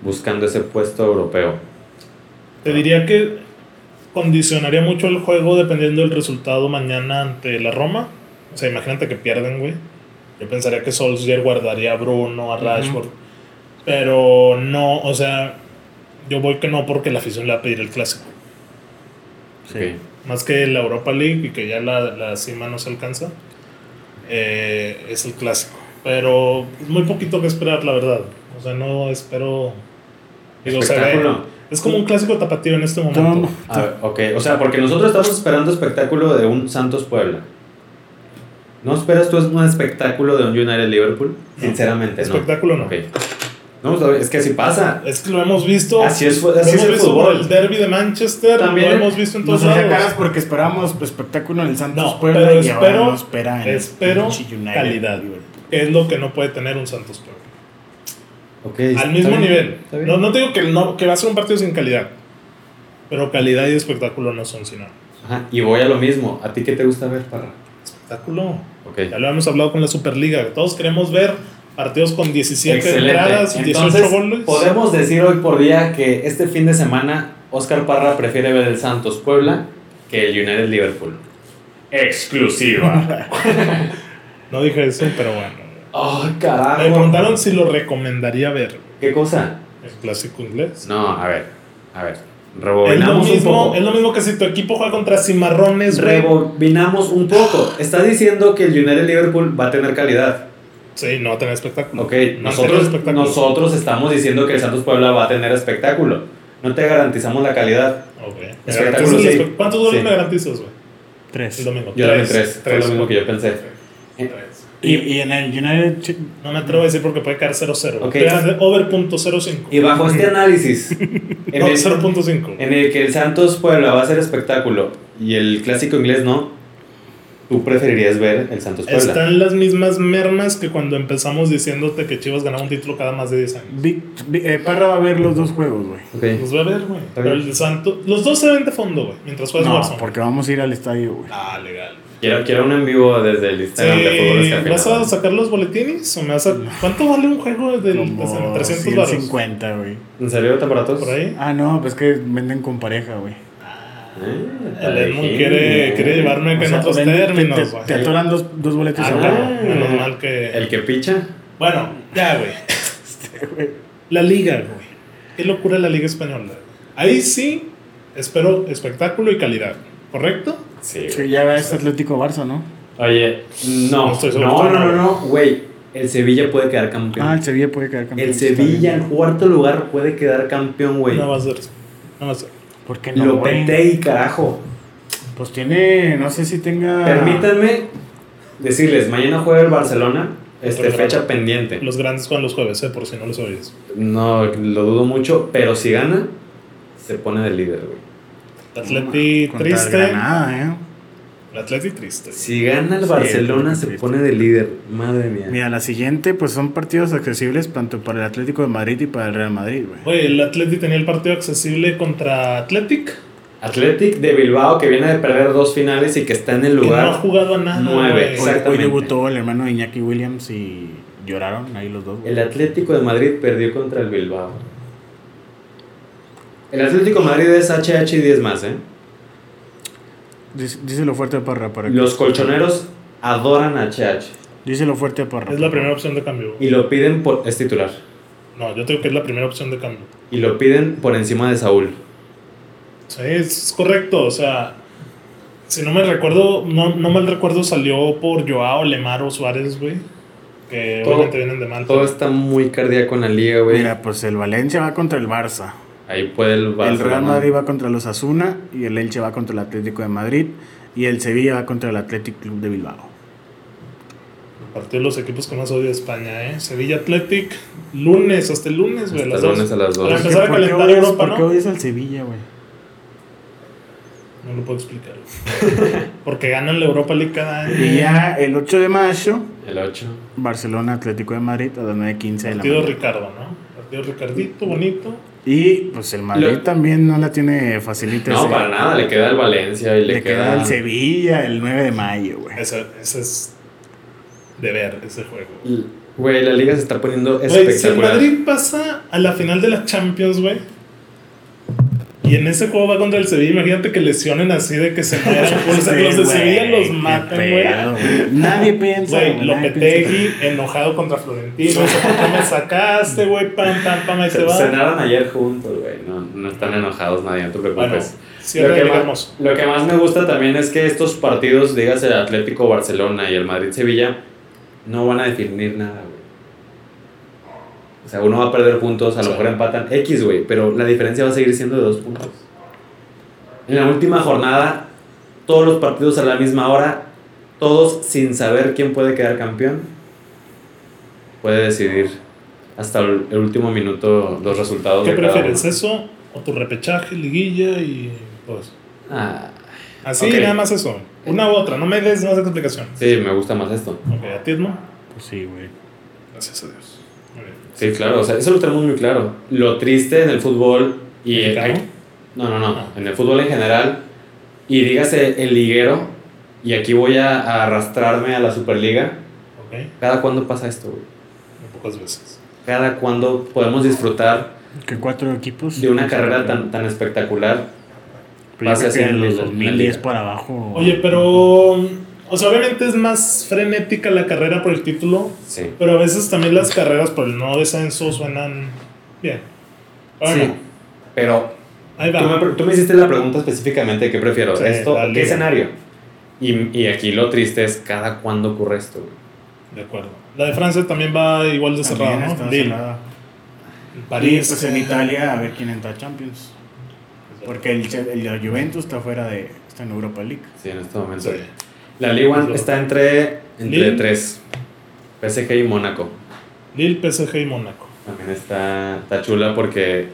Speaker 3: buscando ese puesto europeo.
Speaker 1: Te diría que condicionaría mucho el juego dependiendo del resultado mañana ante la Roma. O sea, imagínate que pierden, güey. Yo pensaría que Solskjaer guardaría a Bruno, a Rashford. Pero no, o sea, yo voy que no porque la afición le va a pedir el clásico.
Speaker 3: Ok.
Speaker 1: Más que la Europa League y que ya la, la cima no se alcanza, eh, es el clásico. Pero es muy poquito que esperar, la verdad. O sea, no espero. Digo, se ve-
Speaker 3: Espectáculo.
Speaker 1: es como un clásico tapatío en este momento.
Speaker 2: Tom-
Speaker 3: A ver, ok, o sea, porque nosotros estamos esperando espectáculo de un Santos Puebla. ¿No esperas tú un espectáculo de un United Liverpool? Sinceramente, no.
Speaker 1: Espectáculo no.
Speaker 3: Ok. No, es que así pasa.
Speaker 1: Es que lo hemos visto.
Speaker 3: Así es,
Speaker 1: lo
Speaker 3: Ah, así es
Speaker 1: hemos
Speaker 3: el
Speaker 1: visto por
Speaker 3: fútbol.
Speaker 1: el derby de Manchester.
Speaker 3: También
Speaker 1: lo hemos visto en
Speaker 2: Nos
Speaker 1: todos
Speaker 2: hacía
Speaker 1: lados.
Speaker 2: caras porque esperábamos espectáculo en el Santos
Speaker 1: No,
Speaker 2: Puebla
Speaker 1: pero
Speaker 2: y ahora
Speaker 1: espero-
Speaker 2: no espera en el
Speaker 1: espero
Speaker 2: pinche United.
Speaker 1: calidad. Que es lo que no puede tener un Santos Puebla.
Speaker 3: Ok,
Speaker 1: Al
Speaker 3: está
Speaker 1: mismo
Speaker 3: bien,
Speaker 1: nivel.
Speaker 3: está bien.
Speaker 1: No, no te digo que, no, que va a ser un partido sin calidad. Pero calidad y espectáculo no son sinónimos.
Speaker 3: Ajá, y voy a lo mismo. ¿A ti qué te gusta ver, Parra?
Speaker 1: Espectáculo.
Speaker 3: Ok.
Speaker 1: Ya lo hemos hablado con la Superliga. que Todos queremos ver partidos con 17 entradas, 18
Speaker 3: Entonces,
Speaker 1: goles.
Speaker 3: podemos decir hoy por día que este fin de semana Oscar Parra prefiere ver el Santos Puebla que el United Liverpool.
Speaker 1: [LAUGHS]
Speaker 3: Exclusiva.
Speaker 1: No dije eso, pero bueno.
Speaker 3: oh,
Speaker 1: Me
Speaker 3: carajo.
Speaker 1: preguntaron si lo recomendaría ver.
Speaker 3: ¿Qué cosa?
Speaker 1: El clásico inglés.
Speaker 3: No, a ver, a ver.
Speaker 1: Es lo,
Speaker 3: Rebobinamos un
Speaker 1: mismo,
Speaker 3: poco.
Speaker 1: es lo mismo que si tu equipo juega contra cimarrones, güey.
Speaker 3: Rebobinamos un poco. Estás diciendo que el United Liverpool va a tener calidad.
Speaker 1: Sí, no va a tener espectáculo.
Speaker 3: Ok,
Speaker 1: Va a tener
Speaker 3: nosotros,
Speaker 1: espectáculo.
Speaker 3: nosotros estamos diciendo que el Santos Puebla va a tener espectáculo. No te garantizamos la calidad.
Speaker 1: Ok. Me
Speaker 3: Espectáculo,
Speaker 1: garantizas el
Speaker 3: sí.
Speaker 1: espe- ¿Cuántos goles
Speaker 3: Sí.
Speaker 1: me garantizas, güey? El
Speaker 2: Tres.
Speaker 1: domingo.
Speaker 3: Yo también tres. Fue lo mismo que yo pensé.
Speaker 1: Tres.
Speaker 2: Y, y en el United. Ch-
Speaker 1: No me atrevo a decir porque puede caer 0-0.
Speaker 3: Ok.
Speaker 1: Okay. Over .05. [LAUGHS]
Speaker 3: Y bajo este análisis, en
Speaker 1: No,
Speaker 3: el,
Speaker 1: 0.5.
Speaker 3: en el que el Santos Puebla va a ser espectáculo y el clásico inglés no, tú preferirías ver el Santos Puebla.
Speaker 1: Están las mismas mermas que cuando empezamos diciéndote que Chivas ganaba un título cada más de 10 años.
Speaker 2: Vic- Vi- eh, Parra va a ver los dos juegos, güey.
Speaker 3: Ok.
Speaker 1: Los voy a ver, güey. Pero
Speaker 3: bien.
Speaker 1: el Santo. Los dos se ven de fondo, güey. Mientras juegas
Speaker 2: No,
Speaker 1: Warzone.
Speaker 2: porque vamos a ir al estadio, güey.
Speaker 1: Ah, legal.
Speaker 3: Quiero, quiero un en vivo desde el
Speaker 1: Sí,
Speaker 3: Instagram de Fútbol
Speaker 1: ¿Vas
Speaker 3: Descafeinado.
Speaker 1: a sacar los boletines? ¿O me vas a... ¿Cuánto vale un juego del pues,
Speaker 2: Como
Speaker 1: de 300 baros?
Speaker 2: 150, güey.
Speaker 3: ¿En serio, te aparatos?
Speaker 1: Por ahí.
Speaker 2: Ah, no, pues que venden con pareja, güey.
Speaker 3: Ah,
Speaker 1: El Edmund quiere, quiere llevarme
Speaker 2: O
Speaker 1: en
Speaker 2: sea,
Speaker 1: otros
Speaker 2: venden- te- te,
Speaker 1: términos, güey.
Speaker 2: te atoran dos, dos boletos
Speaker 1: Ah,
Speaker 2: a
Speaker 1: claro.
Speaker 2: huevo.
Speaker 1: Menos mal que-
Speaker 3: El Este, que picha.
Speaker 1: Bueno, ya,
Speaker 3: [LAUGHS]
Speaker 1: güey. La liga, güey. Qué locura la liga española. Ahí sí espero espectáculo y calidad. ¿Correcto?
Speaker 3: Sí. güey.
Speaker 2: Sí, ya ves Atlético Barça, ¿no?
Speaker 3: Oye,
Speaker 1: No
Speaker 3: no,
Speaker 1: estoy seguro.
Speaker 3: no, no, no, no, güey. El Sevilla puede quedar campeón.
Speaker 2: Ah, el Sevilla puede quedar campeón.
Speaker 3: el
Speaker 2: Está bien.
Speaker 3: Sevilla en cuarto lugar puede quedar campeón, güey.
Speaker 1: No va a ser. No va a ser.
Speaker 2: ¿Por qué no?
Speaker 3: Lo
Speaker 2: güey?
Speaker 3: peté y carajo.
Speaker 2: Pues tiene, no sé si tenga.
Speaker 3: Permítanme decirles, mañana juega el Barcelona, este
Speaker 1: Otro
Speaker 3: fecha
Speaker 1: grado.
Speaker 3: pendiente.
Speaker 1: Los grandes juegan los jueves, eh, por si no lo sabías.
Speaker 3: No, lo dudo mucho, pero si gana, se pone de líder, güey.
Speaker 1: Atleti
Speaker 2: Contra el
Speaker 1: triste.
Speaker 2: Granada, ¿eh?
Speaker 1: El Atleti triste.
Speaker 3: Si gana el
Speaker 2: Sí,
Speaker 3: Barcelona, se
Speaker 2: sí.
Speaker 3: pone de líder. Madre mía.
Speaker 2: Mira, la siguiente, pues son partidos accesibles tanto para el Atlético de Madrid y para el Real Madrid, güey.
Speaker 1: Oye, el Atleti tenía el partido accesible contra Athletic.
Speaker 3: Athletic de Bilbao, que viene de perder dos finales y que está en el
Speaker 1: Que no ha
Speaker 3: lugar.
Speaker 1: jugado a nada.
Speaker 3: nueve.
Speaker 1: güey.
Speaker 2: Hoy, hoy
Speaker 3: exactamente.
Speaker 2: debutó el hermano de Iñaki Williams y lloraron ahí los dos. güey.
Speaker 3: El Atlético de Madrid perdió contra el Bilbao. El Atlético de Madrid es HH y 10 más, ¿eh?
Speaker 2: Dice- Díselo fuerte Parra para que.
Speaker 3: Los colchoneros adoran a HH
Speaker 2: Díselo fuerte Parra.
Speaker 1: Es la primera opción de cambio. güey.
Speaker 3: y lo piden por. Es titular.
Speaker 1: No, yo creo que es la primera opción de cambio.
Speaker 3: Y lo piden por encima de Saúl.
Speaker 1: Sí, es correcto, o sea, si no me recuerdo, no, no mal recuerdo, salió por Joao, Lemaro, Suárez, güey, que
Speaker 3: Todo-
Speaker 1: obviamente vienen de Malta.
Speaker 3: Todo está muy cardíaco en la liga, güey.
Speaker 2: Mira, pues el Valencia va contra el Barça.
Speaker 3: Ahí puede el
Speaker 2: El
Speaker 3: Barcelona.
Speaker 2: Real Madrid va contra los Asuna y el Elche va contra el Atlético de Madrid y el Sevilla va contra el Atlético Club de Bilbao.
Speaker 1: Partido de los equipos que más odio de España, ¿eh? Sevilla Athletic, lunes, hasta el lunes, güey. a
Speaker 3: Hasta
Speaker 1: las
Speaker 3: lunes
Speaker 1: dos.
Speaker 3: a las
Speaker 1: Para
Speaker 3: dos.
Speaker 1: empezar a
Speaker 2: ¿Por qué
Speaker 1: calentar
Speaker 2: odias-
Speaker 1: Europa,
Speaker 2: por qué
Speaker 1: ¿no?
Speaker 2: odias al Sevilla, güey?
Speaker 1: No lo puedo explicar. [LAUGHS] güey. Porque ganan la Europa League cada año.
Speaker 2: Y ya el 8 de mayo,
Speaker 3: El 8.
Speaker 2: Barcelona Atlético de Madrid a las 9.15 de la
Speaker 1: Partido
Speaker 2: mañana.
Speaker 1: Ricardo, ¿no? Partido Ricardito, bonito.
Speaker 2: Y pues el Madrid
Speaker 3: Lo-
Speaker 2: también no la tiene facilita.
Speaker 3: No,
Speaker 2: ese-
Speaker 3: para nada. Le queda el Valencia y le,
Speaker 2: Le, queda
Speaker 3: queda.
Speaker 2: el Sevilla el 9 de mayo, güey.
Speaker 1: Ese, ese es de ver, ese juego.
Speaker 3: Güey, la liga se está poniendo
Speaker 1: Güey, si el
Speaker 3: espectacular.
Speaker 1: Madrid pasa a la final de la Champions, güey. Y en ese juego va contra el Sevilla. Imagínate que lesionen así de que se
Speaker 2: [LAUGHS]
Speaker 1: mueran. O sea,
Speaker 2: Sí,
Speaker 1: los de
Speaker 2: Este, güey,
Speaker 1: Sevilla los
Speaker 2: qué
Speaker 1: matan, güey.
Speaker 2: pedo, güey. Nadie piensa.
Speaker 1: Güey,
Speaker 2: güey, nadie piensa.
Speaker 1: Lopetegui enojado contra Florentino. Eso, ¿Por qué me sacaste, güey? Pam, pam, pam, ahí se
Speaker 3: Se-
Speaker 1: va.
Speaker 3: Cenaron ayer juntos, güey. No, no están enojados nadie, no te
Speaker 1: Bueno,
Speaker 2: pues,
Speaker 3: preocupes.
Speaker 1: cierra
Speaker 3: lo,
Speaker 1: el
Speaker 3: que
Speaker 1: hermoso.
Speaker 3: más, lo que más me gusta también es que estos partidos, digas el Atlético Barcelona y el Madrid Sevilla, no van a definir nada, güey. O sea, uno va a perder puntos, a lo
Speaker 1: Sí.
Speaker 3: mejor empatan X, güey, pero la diferencia va a seguir siendo de dos puntos. En la última jornada, todos los partidos a la misma hora, todos sin saber quién puede quedar campeón, puede decidir hasta el el último minuto los resultados.
Speaker 1: ¿Qué
Speaker 3: de cada
Speaker 1: prefieres? eh?
Speaker 3: uno.
Speaker 1: ¿Eso? ¿O tu repechaje, liguilla y pues?
Speaker 3: Ah,
Speaker 1: Así,
Speaker 3: Ok.
Speaker 1: nada más eso. Una u otra. No me des más explicaciones.
Speaker 3: sí, me gusta más esto.
Speaker 1: Ok, a ti, ¿no?
Speaker 2: Pues sí, güey.
Speaker 1: Gracias a Dios. Muy bien.
Speaker 3: Sí, claro, o sea, eso lo tenemos muy claro. Lo triste en el fútbol y
Speaker 1: ¿Mexicano?
Speaker 3: no, no,
Speaker 1: Ah.
Speaker 3: no, en el fútbol en general y dígase el liguero y aquí voy a, a arrastrarme a la Superliga.
Speaker 1: Ok,
Speaker 3: ¿Cada cuándo pasa esto? güey?
Speaker 1: muy pocas veces.
Speaker 3: ¿Cada cuándo podemos disfrutar
Speaker 2: Que cuatro equipos.
Speaker 3: de una carrera tan, tan espectacular?
Speaker 2: Pero yo
Speaker 3: pasa
Speaker 2: creo que
Speaker 3: así en
Speaker 2: en los
Speaker 3: la- en la
Speaker 2: 2010
Speaker 3: liga.
Speaker 2: para abajo.
Speaker 1: Oye, pero. O sea, obviamente es más frenética la carrera por el título,
Speaker 3: Sí.
Speaker 1: pero a veces también las carreras por el no descenso suenan bien. Bueno,
Speaker 3: Sí. Pero
Speaker 1: Ahí
Speaker 3: Tú
Speaker 1: va.
Speaker 3: me, tú me hiciste la pregunta específicamente de qué prefiero,
Speaker 1: Sí,
Speaker 3: esto,
Speaker 1: la
Speaker 3: qué
Speaker 1: liga.
Speaker 3: escenario. Y, y aquí lo triste es cada cuándo ocurre esto. güey.
Speaker 1: De acuerdo. La de Francia también va igual de cerrada,
Speaker 2: También
Speaker 1: ¿no?
Speaker 2: está
Speaker 1: Lille,
Speaker 2: cerrada.
Speaker 1: París.
Speaker 2: Y, pues en Italia, a ver quién entra a Champions. Porque el, Che- el- la Juventus está fuera de. Está en Europa League.
Speaker 3: Sí, en este momento.
Speaker 1: Sí.
Speaker 3: La Ligue 1 está entre, entre
Speaker 1: Lille.
Speaker 3: tres. PSG y Mónaco.
Speaker 1: Lille, PSG y Mónaco.
Speaker 3: También está, está chula porque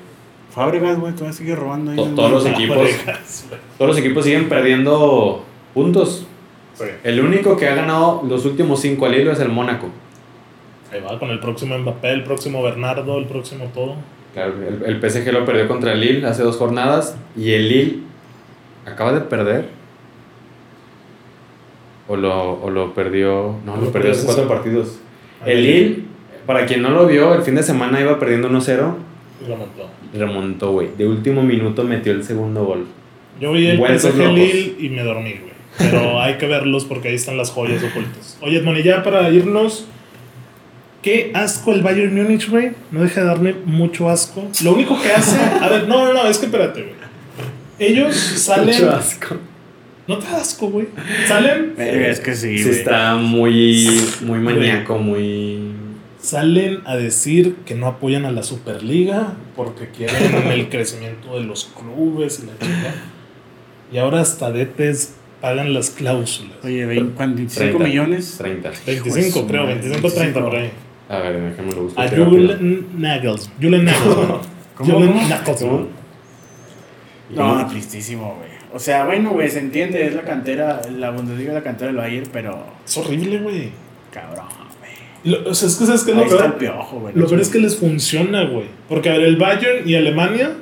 Speaker 2: Fábregas, güey, todavía sigue robando ahí.
Speaker 3: To-
Speaker 2: en-
Speaker 3: todos los
Speaker 1: Ah,
Speaker 3: equipos.
Speaker 1: parejas, güey.
Speaker 3: todos los equipos siguen perdiendo puntos.
Speaker 1: Sí.
Speaker 3: El único que ha ganado los últimos cinco al hilo es el Mónaco.
Speaker 1: Ahí va con el próximo Mbappé, el próximo Bernardo, el próximo todo.
Speaker 3: Claro, el, el PSG lo perdió contra el Lille hace dos jornadas y el Lille acaba de perder. O lo, o lo perdió. No, lo perdió hace Ah, cuatro partidos. El Lille, para quien no lo vio, el fin de semana iba perdiendo 1-0.
Speaker 1: Y lo montó.
Speaker 3: Remontó, güey. De último minuto metió el segundo gol.
Speaker 1: Yo vi el
Speaker 3: Vueltos
Speaker 1: PSG
Speaker 3: locos.
Speaker 1: Lille y me dormí, güey.
Speaker 3: [LAUGHS]
Speaker 1: Pero hay que verlos porque ahí están las joyas ocultas. Oye, Edmond, y ya para irnos, qué asco el Bayern Múnich, güey. No deja de darme mucho asco. Lo único que hace. A ver, no, no, no, es que espérate, güey. Ellos salen.
Speaker 3: [LAUGHS] Mucho asco.
Speaker 1: No te da asco, güey. Salen.
Speaker 2: Eh, es que sí,
Speaker 3: Sí,
Speaker 2: güey.
Speaker 3: está muy, muy maníaco, muy.
Speaker 1: Salen a decir que no apoyan a la Superliga porque [LAUGHS] quieren el crecimiento de los clubes y la chica. Y ahora hasta DTs pagan las cláusulas.
Speaker 2: Oye, 20, ¿cuánto? 25
Speaker 3: 30,
Speaker 2: millones.
Speaker 3: 30.
Speaker 1: 25, creo, 25, 30 por ahí.
Speaker 3: A ver, déjame lo busco.
Speaker 1: A
Speaker 3: aquí rápido.
Speaker 1: Julen Nagels. [LAUGHS] Julen Nagelsmann.
Speaker 2: ¿Cómo,
Speaker 1: Julen
Speaker 2: cómo?
Speaker 1: Nagelsmann.
Speaker 2: No, tristísimo, güey. O sea, bueno, güey, se entiende, es la cantera, la Bundesliga es la cantera del Bayern, pero
Speaker 1: Es horrible, güey.
Speaker 2: cabrón, güey.
Speaker 1: Lo- O sea, es que sabes que
Speaker 2: Ahí
Speaker 1: lo
Speaker 2: está el
Speaker 1: peor.
Speaker 2: piojo, güey.
Speaker 1: Lo peor es que les funciona, güey. Porque a ver, el Bayern y Alemania.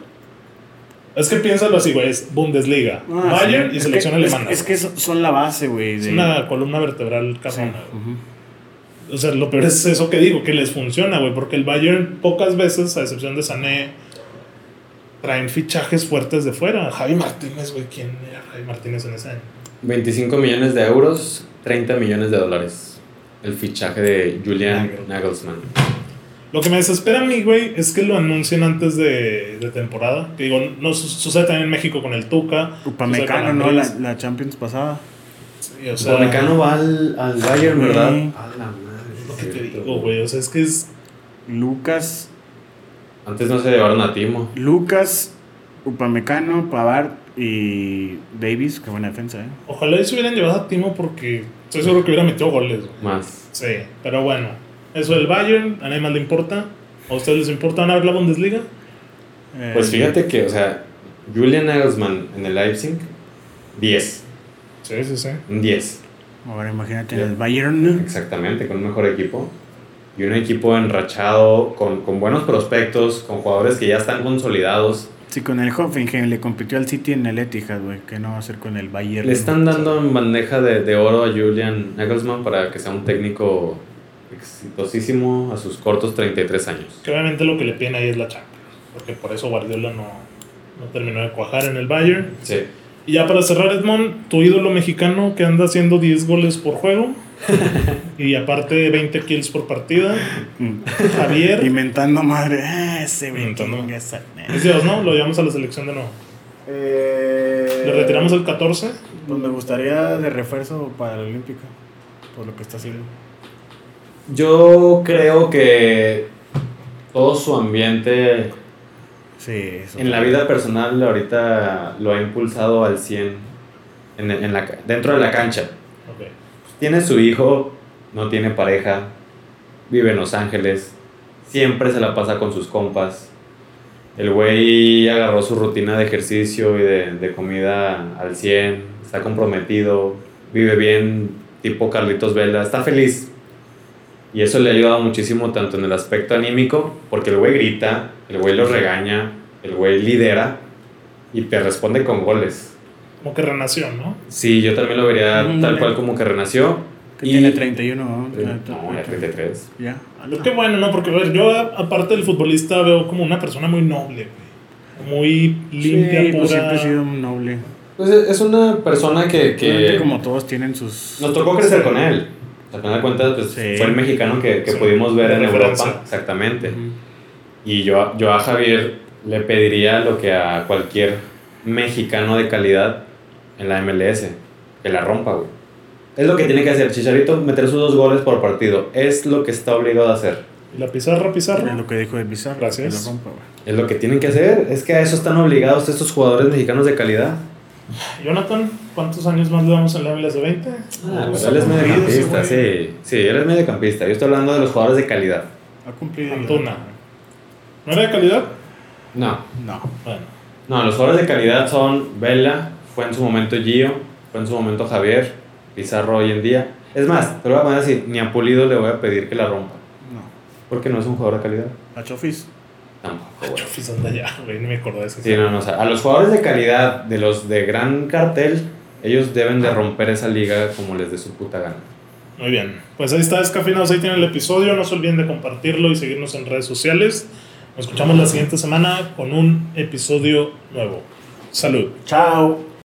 Speaker 1: Es que piénsalo así, güey. Es Bundesliga.
Speaker 2: Ah,
Speaker 1: Bayern
Speaker 2: sí.
Speaker 1: y
Speaker 2: Es
Speaker 1: selección
Speaker 2: que-
Speaker 1: alemana.
Speaker 2: Es, es que son son la base, güey.
Speaker 1: Es
Speaker 2: de-
Speaker 1: una columna vertebral
Speaker 2: Sí,
Speaker 1: cabrona, güey.
Speaker 2: ujú.
Speaker 1: O sea, lo peor es eso que digo, que les funciona, güey, porque el Bayern pocas veces, a excepción de Sané, traen fichajes fuertes de fuera. Javi Martínez, güey, ¿quién era Javi Martínez en ese año?
Speaker 3: 25 millones de euros, 30 millones de dólares. El fichaje de Julian
Speaker 1: Nagel.
Speaker 3: Nagelsmann.
Speaker 1: Lo que me desespera a mí, güey, es que lo anuncien antes de, de temporada. Que digo, no su- sucede también en México con el Tuca.
Speaker 2: Upamecano,
Speaker 1: sucede con
Speaker 2: ¿no? La,
Speaker 3: Pues
Speaker 1: Andrés.
Speaker 2: la Champions pasada.
Speaker 1: Sí, o sea,
Speaker 3: Upamecano va al, al Bayern,
Speaker 2: Sí.
Speaker 3: ¿verdad? A la madre,
Speaker 1: lo que te
Speaker 3: cierto.
Speaker 1: digo, güey, o sea, es que es
Speaker 2: Lucas,
Speaker 3: Antes no se llevaron a Timo.
Speaker 2: Lucas, Upamecano, Pavard y Davis, qué buena defensa, eh.
Speaker 1: Ojalá y se hubieran llevado a Timo porque estoy seguro que hubiera metido goles. güey.
Speaker 3: Más.
Speaker 1: Sí, pero bueno. Eso del Bayern, a nadie más le importa. ¿A ustedes les importa? ¿Van a ver la Bundesliga?
Speaker 2: Eh,
Speaker 3: Pues fíjate que, o sea, Julian Nagelsmann en el Leipzig, 10.
Speaker 1: Sí, sí, sí.
Speaker 3: Un 10.
Speaker 2: Ahora imagínate
Speaker 3: Ya.
Speaker 2: el Bayern.
Speaker 3: Exactamente, con un mejor equipo. Y un equipo enrachado, con, con buenos prospectos, con jugadores que ya están consolidados.
Speaker 2: Sí, con el Hoffenheim le compitió al City en el Etihad, güey. ¿Qué no va a hacer con el Bayern?
Speaker 3: Le están dando en bandeja de, de oro a Julian Nagelsmann para que sea un técnico exitosísimo a sus cortos 33 años.
Speaker 1: Que obviamente lo que le piden ahí es la Champions. Porque por eso Guardiola no, no terminó de cuajar en el Bayern.
Speaker 3: Sí.
Speaker 1: Y ya para cerrar, Edmond, tu ídolo mexicano que anda haciendo 10 goles por [LAUGHS] juego. y aparte 20 kills por partida.
Speaker 2: Mm.
Speaker 1: Javier.
Speaker 2: Inventando madre. Ah, ese güey.
Speaker 1: Inventando.
Speaker 2: chinga esa-
Speaker 1: Es Dios, ¿no? Lo llevamos a la selección de nuevo.
Speaker 2: Eh,
Speaker 1: Le retiramos el 14.
Speaker 2: Pues me gustaría de refuerzo para la Olímpica. Por lo que está haciendo.
Speaker 3: Yo creo que todo su ambiente
Speaker 2: Sí, eso.
Speaker 3: en la vida personal ahorita lo ha impulsado al 100 en- en la ca- dentro de la cancha.
Speaker 1: Ok.
Speaker 3: Tiene su hijo, no tiene pareja, vive en Los Ángeles, siempre se la pasa con sus compas. El güey agarró su rutina de ejercicio y de, de comida al 100, está comprometido, vive bien, tipo Carlitos Vela, está feliz. Y eso le ha ayudado muchísimo tanto en el aspecto anímico, porque el güey grita, el güey lo regaña, el güey lidera y te responde con goles.
Speaker 1: Como que renació, ¿no?
Speaker 3: Sí, yo también lo vería
Speaker 2: Mm,
Speaker 3: tal
Speaker 2: ya.
Speaker 3: cual como que renació.
Speaker 2: Que
Speaker 3: y-
Speaker 2: tiene 31, ¿no?
Speaker 1: Eh,
Speaker 2: Ah,
Speaker 3: No, era 33.
Speaker 2: Ya.
Speaker 1: Pero qué bueno, Ah, ¿no? Porque, a ver, yo a- aparte del futbolista veo como una persona muy noble, güey. Muy limpia,
Speaker 2: Sí, pues
Speaker 1: pura.
Speaker 2: siempre he sido un noble.
Speaker 3: Pues es es una persona que,
Speaker 2: Obviamente
Speaker 3: que
Speaker 2: Como todos tienen sus.
Speaker 3: nos tocó crecer con él. Al final de cuentas, pues,
Speaker 2: Sí.
Speaker 3: fue el mexicano que, que
Speaker 1: Sí,
Speaker 3: pudimos ver
Speaker 1: de
Speaker 3: en
Speaker 1: referencia.
Speaker 3: Europa. Exactamente.
Speaker 2: Ujú.
Speaker 3: Y yo, a- yo a Javier le pediría lo que a cualquier mexicano de calidad en la MLS, que la rompa, güey. Es lo que tiene que hacer Chicharito, meter sus dos goles por partido. Es lo que está obligado a hacer.
Speaker 1: ¿Y la pizarra,
Speaker 2: Es
Speaker 1: pizarra?
Speaker 2: lo que dijo el Bizarro.
Speaker 1: Gracias.
Speaker 2: que lo rompa, güey.
Speaker 3: Es lo que tienen que hacer. Es que a eso están obligados estos jugadores mexicanos de calidad.
Speaker 1: Jonathan, ¿cuántos años más le damos en la MLS? ¿20?
Speaker 3: Ah,
Speaker 1: Pues,
Speaker 3: pero él es
Speaker 1: aburrido ese
Speaker 3: mediocampista,
Speaker 1: güey.
Speaker 3: sí. Sí, él es mediocampista. Yo estoy hablando de los jugadores de calidad.
Speaker 2: Ha cumplido.
Speaker 1: Antuna. ¿No era de calidad?
Speaker 3: No.
Speaker 2: No.
Speaker 1: Bueno.
Speaker 3: No, los jugadores de calidad son Vela, fue en su momento Gio, fue en su momento Javier, Pizarro hoy en día. Es más, te lo voy a mandar así, ni a Pulido le voy a pedir que la rompa,
Speaker 2: No.
Speaker 3: porque no es un jugador de calidad.
Speaker 2: A Chofis.
Speaker 3: Tampoco, güey.
Speaker 1: Pues anda ya, güey, ni me acordé de eso.
Speaker 3: Sí, no, no, o sea, a los jugadores de calidad, de los de gran cartel, ellos deben de romper esa liga como les dé su puta gana.
Speaker 1: Muy bien. Pues ahí está, descafeinados. Ahí tienen el episodio. No se olviden de compartirlo y seguirnos en redes sociales. Nos escuchamos la siguiente semana con un episodio nuevo. Salud.
Speaker 2: Chao.